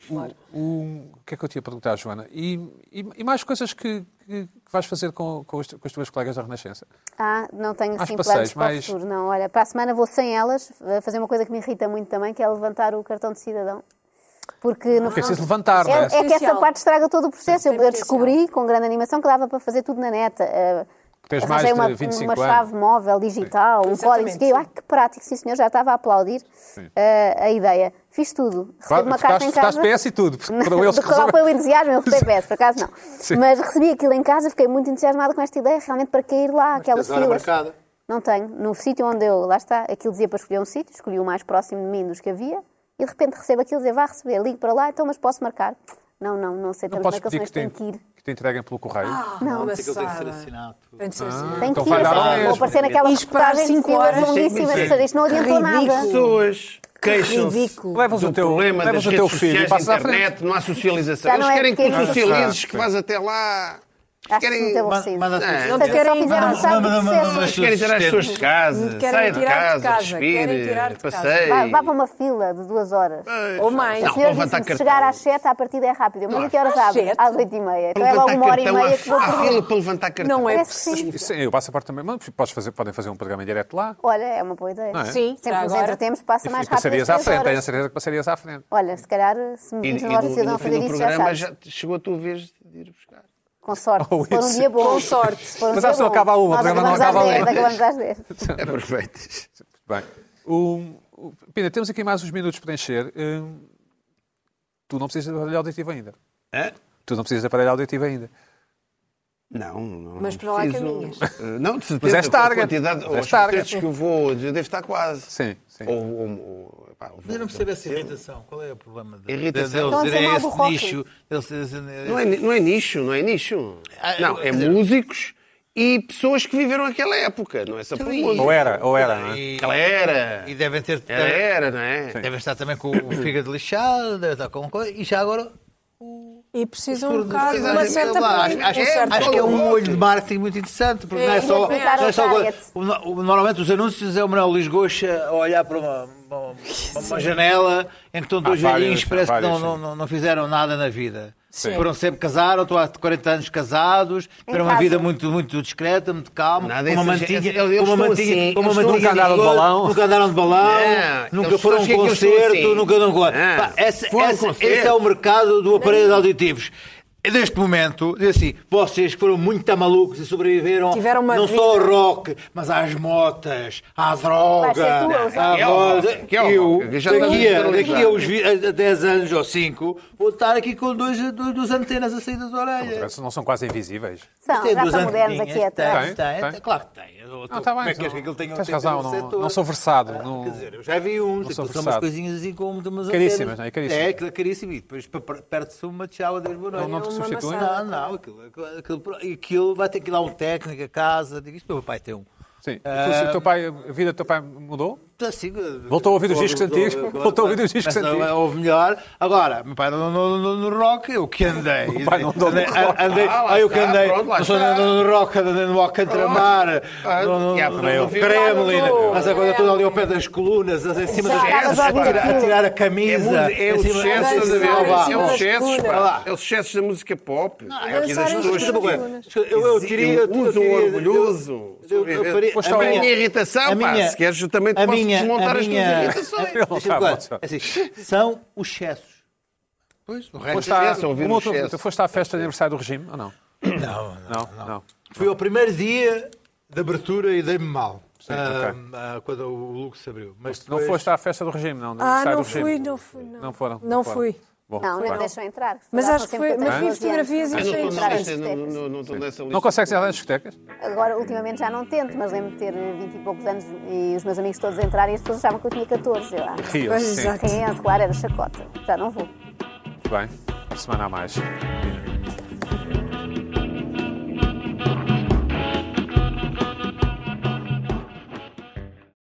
S1: O o que é que eu te ia perguntar, Joana? E, e- e mais coisas que, que- que vais fazer com, com, os, com as tuas colegas da Renascença?
S4: Ah, não tenho
S1: Mais
S4: assim planos
S1: passeios,
S4: para
S1: mais-
S4: o futuro, não. Olha, para a semana vou sem elas eh, fazer uma coisa que me irrita muito também, que é levantar o cartão de cidadão. Porque
S1: Porque
S4: no
S1: é
S4: fundo-
S1: preciso levantar, não
S4: É,
S1: é?
S4: é que essa
S5: Essencial.
S4: parte estraga todo o processo. Eu, eu
S5: Tem
S4: descobri com grande animação que dava para fazer tudo na neta. Eh,
S1: Tens mais
S4: arranjei
S1: de
S4: uma,
S1: 25
S4: uma
S1: anos.
S4: chave móvel, digital, um código.
S5: Exatamente,
S4: isso aqui. Ai, que prático, sim senhor, já estava a aplaudir eh, a ideia. Fiz tudo. Recebi uma carta em
S1: Estás
S4: casa.
S1: PS e tudo.
S4: [laughs]
S1: porque Foram eles
S4: Do
S1: que
S4: qual foi o entusiasmo, eu votei PS, por acaso
S6: [laughs]
S4: não.
S1: Sim.
S4: Mas recebi aquilo em casa, fiquei muito entusiasmada com esta ideia, realmente para cair lá, aquelas
S6: Tens hora
S4: filas.
S6: marcada.
S4: Não tenho. No sítio onde eu, lá está, aquilo dizia para escolher um sítio, escolhi o mais próximo de mim dos que havia, e de repente recebo aquilo e dizia, vá receber, ligo para lá, então, mas posso marcar? Não, não, não sei,
S1: Não
S4: temos
S1: podes pedir
S4: marcações,
S1: que
S4: tenho
S1: te,
S4: é que ir. Ah.
S1: que te entreguem pelo correio.
S5: Não,
S6: Tem que ser
S5: amassada.
S6: assinado.
S5: Tem de ser assim.
S4: Tenho
S1: então
S4: que
S1: vai
S4: ir, é
S1: dar ao
S4: vou
S1: mesmo.
S4: aparecer naquela
S5: E esperar
S4: reportagem de
S5: cinco
S4: filas
S5: horas.
S4: longuíssimas, ou seja, isto não adiantou
S5: Ridículo.
S4: nada.
S2: Pessoas. queixam-se
S5: ridículo.
S1: Levas
S2: do
S1: o teu,
S2: problema
S1: levas
S2: um das
S1: o teu
S2: redes
S1: filho e
S2: sociais, da
S1: passas à frente.
S2: internet, não há socialização.
S4: Já
S2: Eles
S4: não é
S2: querem que tu
S4: pequenino.
S2: socializes, que vás até lá.
S4: Acho que
S2: Querem-
S4: muito aborrecido.
S6: É.
S4: Portanto,
S5: querem-
S4: só fizeram um
S5: Não,
S4: salto
S6: não, não,
S4: de
S6: não, não,
S4: sucesso.
S2: Querem tirar as pessoas de casa,
S5: Querem
S2: saia de
S5: tirar de
S2: casa,
S5: casa, querem
S2: respire,
S5: tirar de casa.
S2: passeie.
S4: Vá, vá para uma fila de duas horas.
S5: Ou mais.
S4: O
S2: Não,
S4: senhor
S2: vou levantar
S4: disse-me, se
S2: cartão.
S4: chegar às sete, a partida é rápida. Mas a que horas
S5: às
S4: abre?
S5: sete?
S4: Às oito e meia. Então
S2: Para
S4: é logo
S2: levantar
S4: uma hora e
S2: cartão,
S4: meia que vou
S2: há fila
S4: perder.
S2: para levar cartão.
S5: Não é
S4: Parece que sim.
S5: possível.
S1: Sim, o passaporte também. Mas podes fazer, podem fazer um programa em direto lá.
S4: Olha, é uma boa ideia.
S1: Não é?
S5: Sim,
S4: Sempre nos
S5: agora.
S4: entretemos, passa
S1: E
S4: mais rápido.
S1: passarias
S4: as
S1: à
S4: três
S1: frente. Tenho a
S4: horas.
S1: certeza que passarias à frente.
S4: Olha, se calhar, se me
S2: E, e,
S4: pedires
S2: no,
S4: lá do
S2: e
S4: cidadão
S2: no fim
S4: fazer
S2: do
S4: isso, já
S2: programa
S4: sabes.
S2: já chegou a tua vez de
S1: [laughs]
S2: ir buscar.
S4: Com sorte.
S1: Ou
S4: se for um
S1: isso.
S4: dia bom.
S5: Com sorte.
S4: Se for um
S1: Mas
S4: dia
S1: acho que não
S4: bom.
S1: acaba a uma, o
S4: Nós
S1: programa não
S4: acabamos às
S1: acaba a
S4: dez,
S1: uma.
S4: Acabamos às dez.
S2: É perfeito.
S1: Bem, o, o- Pina, temos aqui mais uns minutos para encher. Hum, tu não precisas de aparelho auditivo ainda.
S2: Hã?
S1: Tu não precisas de aparelho auditivo ainda.
S2: Não, não.
S5: Mas para
S2: não
S4: é
S5: lá
S2: preciso.
S5: caminhas.
S2: Eh, Não, de certeza.
S1: Mas és target.
S2: A quantidade,
S1: És
S2: as
S1: target.
S2: target. que eu vou, eu devo estar quase.
S1: Sim, sim.
S2: Ou, ou, ou, pá, vou-
S6: Eu não percebo essa irritação. Qual é o problema? De,
S2: Irritação.
S6: de- de
S4: Estão a
S6: eles
S4: dizer
S6: irem a
S4: mal do
S6: esse
S4: rock.
S6: nicho. Eles, eles- eles-
S2: Não é, ni- não é nicho, não é nicho.
S6: Ah,
S2: Não,
S6: quer
S2: é
S6: dizer-
S2: músicos e pessoas que viveram aquela época, não é só por
S1: Ou
S2: música.
S1: era, ou era, não é?
S6: e,
S2: Ela era.
S6: e devem ter.
S2: Ela era, não é?
S6: Devem estar também com o fígado lixado, devem estar com coisa. E já agora.
S5: E precisam um bocado de
S6: Precisam
S5: uma
S6: de-
S5: certa
S6: sei lá, acho, acho-
S5: um certo
S6: acho que é um
S5: apoio.
S6: olho de marketing muito interessante, porque não é só.
S4: e aplicar
S6: não é
S5: um
S4: ao
S6: só
S4: target.
S6: o- o- normalmente os anúncios é o Manuel Luís Goxa a olhar para uma, uma- uma janela em que estão dois
S1: vários,
S6: velhinhos
S1: há
S6: parece que não,
S1: vários,
S6: não,
S1: sim.
S6: não- não fizeram nada na vida.
S5: Sim.
S6: Foram sempre casaram, estão há 40 anos casados, tiveram uma
S4: casa.
S6: vida muito, muito discreta, muito calma,
S2: Nada,
S6: com uma
S2: esses-
S6: mantinha,
S2: eles- eles
S6: com uma
S2: estão
S6: mantinha,
S2: assim,
S6: com uma
S2: eles
S1: assim.
S2: estão
S6: mantinha
S1: Nunca andaram de
S6: cor,
S1: balão.
S6: nunca andaram de balão,
S2: Não,
S6: nunca
S2: eles
S6: foram a um
S2: sabem o que é que eles são
S6: concerto,
S2: assim.
S6: nunca não.
S2: Não,
S6: Pá, esse-
S2: foram a um
S6: esse- esse é
S2: concerto.
S6: o mercado do aparelho de auditivos. E Neste momento, diz assim, vocês que foram muito malucos e sobreviveram
S5: Tiveram uma
S6: não
S5: vida.
S6: só ao rock, mas às motas,
S4: Vai
S6: à
S4: ser
S6: droga,
S4: tu, Elsa.
S6: à
S2: Que é o
S6: roda.
S2: rock, que é o
S6: Eu,
S2: rock, que já estamos
S6: daqui a, daqui a
S2: generalizados.
S6: uns vi- a- a 10 anos ou 5, vou estar aqui com dois, dois, duas antenas a sair das orelhas.
S1: Não são quase invisíveis.
S4: São,
S6: Tem
S4: já
S6: duas
S4: são modernos
S6: anteninhas,
S4: aqui atrás.
S1: Tem,
S6: Tem, tem,
S1: tem.
S6: tem, Claro que tem. Eu- tu-
S1: Não, está
S6: como
S1: bem.
S6: é que és que aquilo tenha um
S1: tens
S6: tempo
S1: razão,
S6: de um
S1: não,
S6: setor?
S1: não sou versado.
S6: Ah,
S1: não-
S6: Quer dizer, eu já vi uns,
S1: Não sou
S6: aquilo são umas
S1: versado.
S6: coisinhas assim com umas antenas.
S1: Caríssimas, não é? Caríssimas.
S6: É, aquilo é caríssimo. E depois pa- pa- perde-se uma tchau, adeus, boa noite.
S1: Não, não
S6: É
S1: te
S6: uma
S1: substitui?
S6: maçada. Não, não, aquilo, aquilo, aquilo- aquilo vai ter que ir lá um técnico a casa. Digo, isto meu pai tem um.
S1: Sim.
S6: Ah,
S1: O teu pai, a vida do teu pai mudou?
S6: Assim,
S1: Voltou a ouvir os discos
S6: voltou-
S1: antigos? Voltou a ouvir os discos
S6: Mas não,
S1: antigos?
S6: Houve melhor. Agora, meu pai andou no, no- no rock, eu que
S1: [laughs]
S6: andei. O
S1: pai não andou no rock.
S6: Andei,
S2: Ah, lá
S6: ah, eu que
S2: está,
S6: andei.
S2: pronto, lá
S6: não sou
S2: está.
S6: andando no rock, andei no Alcantramar,
S2: Ah,
S6: no, no,
S2: e há
S6: no,
S2: também
S6: no
S2: eu.
S6: Kremlin,
S5: Andou.
S6: essa coisa toda ali ao pé das colunas, em cima dos
S4: Estavas
S6: gestos,
S4: a ouvir
S6: a tirar- a
S4: aquilo.
S6: tirar a camisa.
S2: É o
S6: em cima-
S2: sucesso,
S5: das
S2: estás a ver?
S5: colunas.
S2: É o sucesso,
S5: Olha
S2: pá.
S6: lá.
S2: É o sucesso da música pop.
S5: é
S2: e
S5: dançar
S2: das
S5: em
S2: pessoas
S5: cima da
S2: que
S5: coluna.
S6: Eu, eu teria. eu- eu
S2: uso
S6: teria-
S2: orgulhoso.
S6: eu- eu faria-
S1: Foste
S6: a
S1: ao-
S6: minha-
S2: A minha irritação,
S6: a
S2: pá,
S6: minha-
S2: se queres, eu também te
S6: a
S2: posso
S6: minha-
S2: desmontar
S6: a
S2: as tuas
S6: minha- [laughs]
S2: irritações.
S1: Ele não
S6: Deixa-me
S1: sabe,
S6: claro.
S1: não sabe.
S6: Assim, São os excessos. Pois, o resto
S1: Foste à-
S2: excesso, ouvir
S1: uma
S2: o
S1: outra-
S2: excesso.
S1: Tu foste à festa de aniversário do regime ou não?
S6: Não,
S1: Não, não.
S6: Fui ao primeiro dia de abertura e dei-me mal. Ah,
S1: ok.
S6: ah, quando o Luke se abriu. Mas
S1: Não
S6: depois-
S1: foste à festa do regime, não? do
S5: Ah,
S1: aniversário
S5: não
S1: do
S5: fui,
S1: regime.
S5: não fui. Não,
S1: Não foram?
S5: Não fui.
S1: Bom,
S4: Não, é
S1: bem.
S4: não me deixam entrar.
S5: Mas
S4: Já
S5: acho
S4: são
S5: que
S4: sempre
S5: foi- mas vi
S4: 14 anos.
S5: fotografias e
S2: Eu
S5: achei
S2: não estou
S5: interessante.
S2: nessa- não- não- não estou nessa lista.
S1: Não consegues entrar nas discotecas?
S4: Agora, ultimamente já não tento, mas lembro de ter 20 e poucos anos e os meus amigos todos entraram e as pessoas achavam que eu tinha 14. Eu, ah,
S1: Riam,
S5: Pois,
S1: sim.
S5: exato.
S4: quem é esse? Claro, era chacota. Já não vou.
S1: Muito bem. Semana a mais.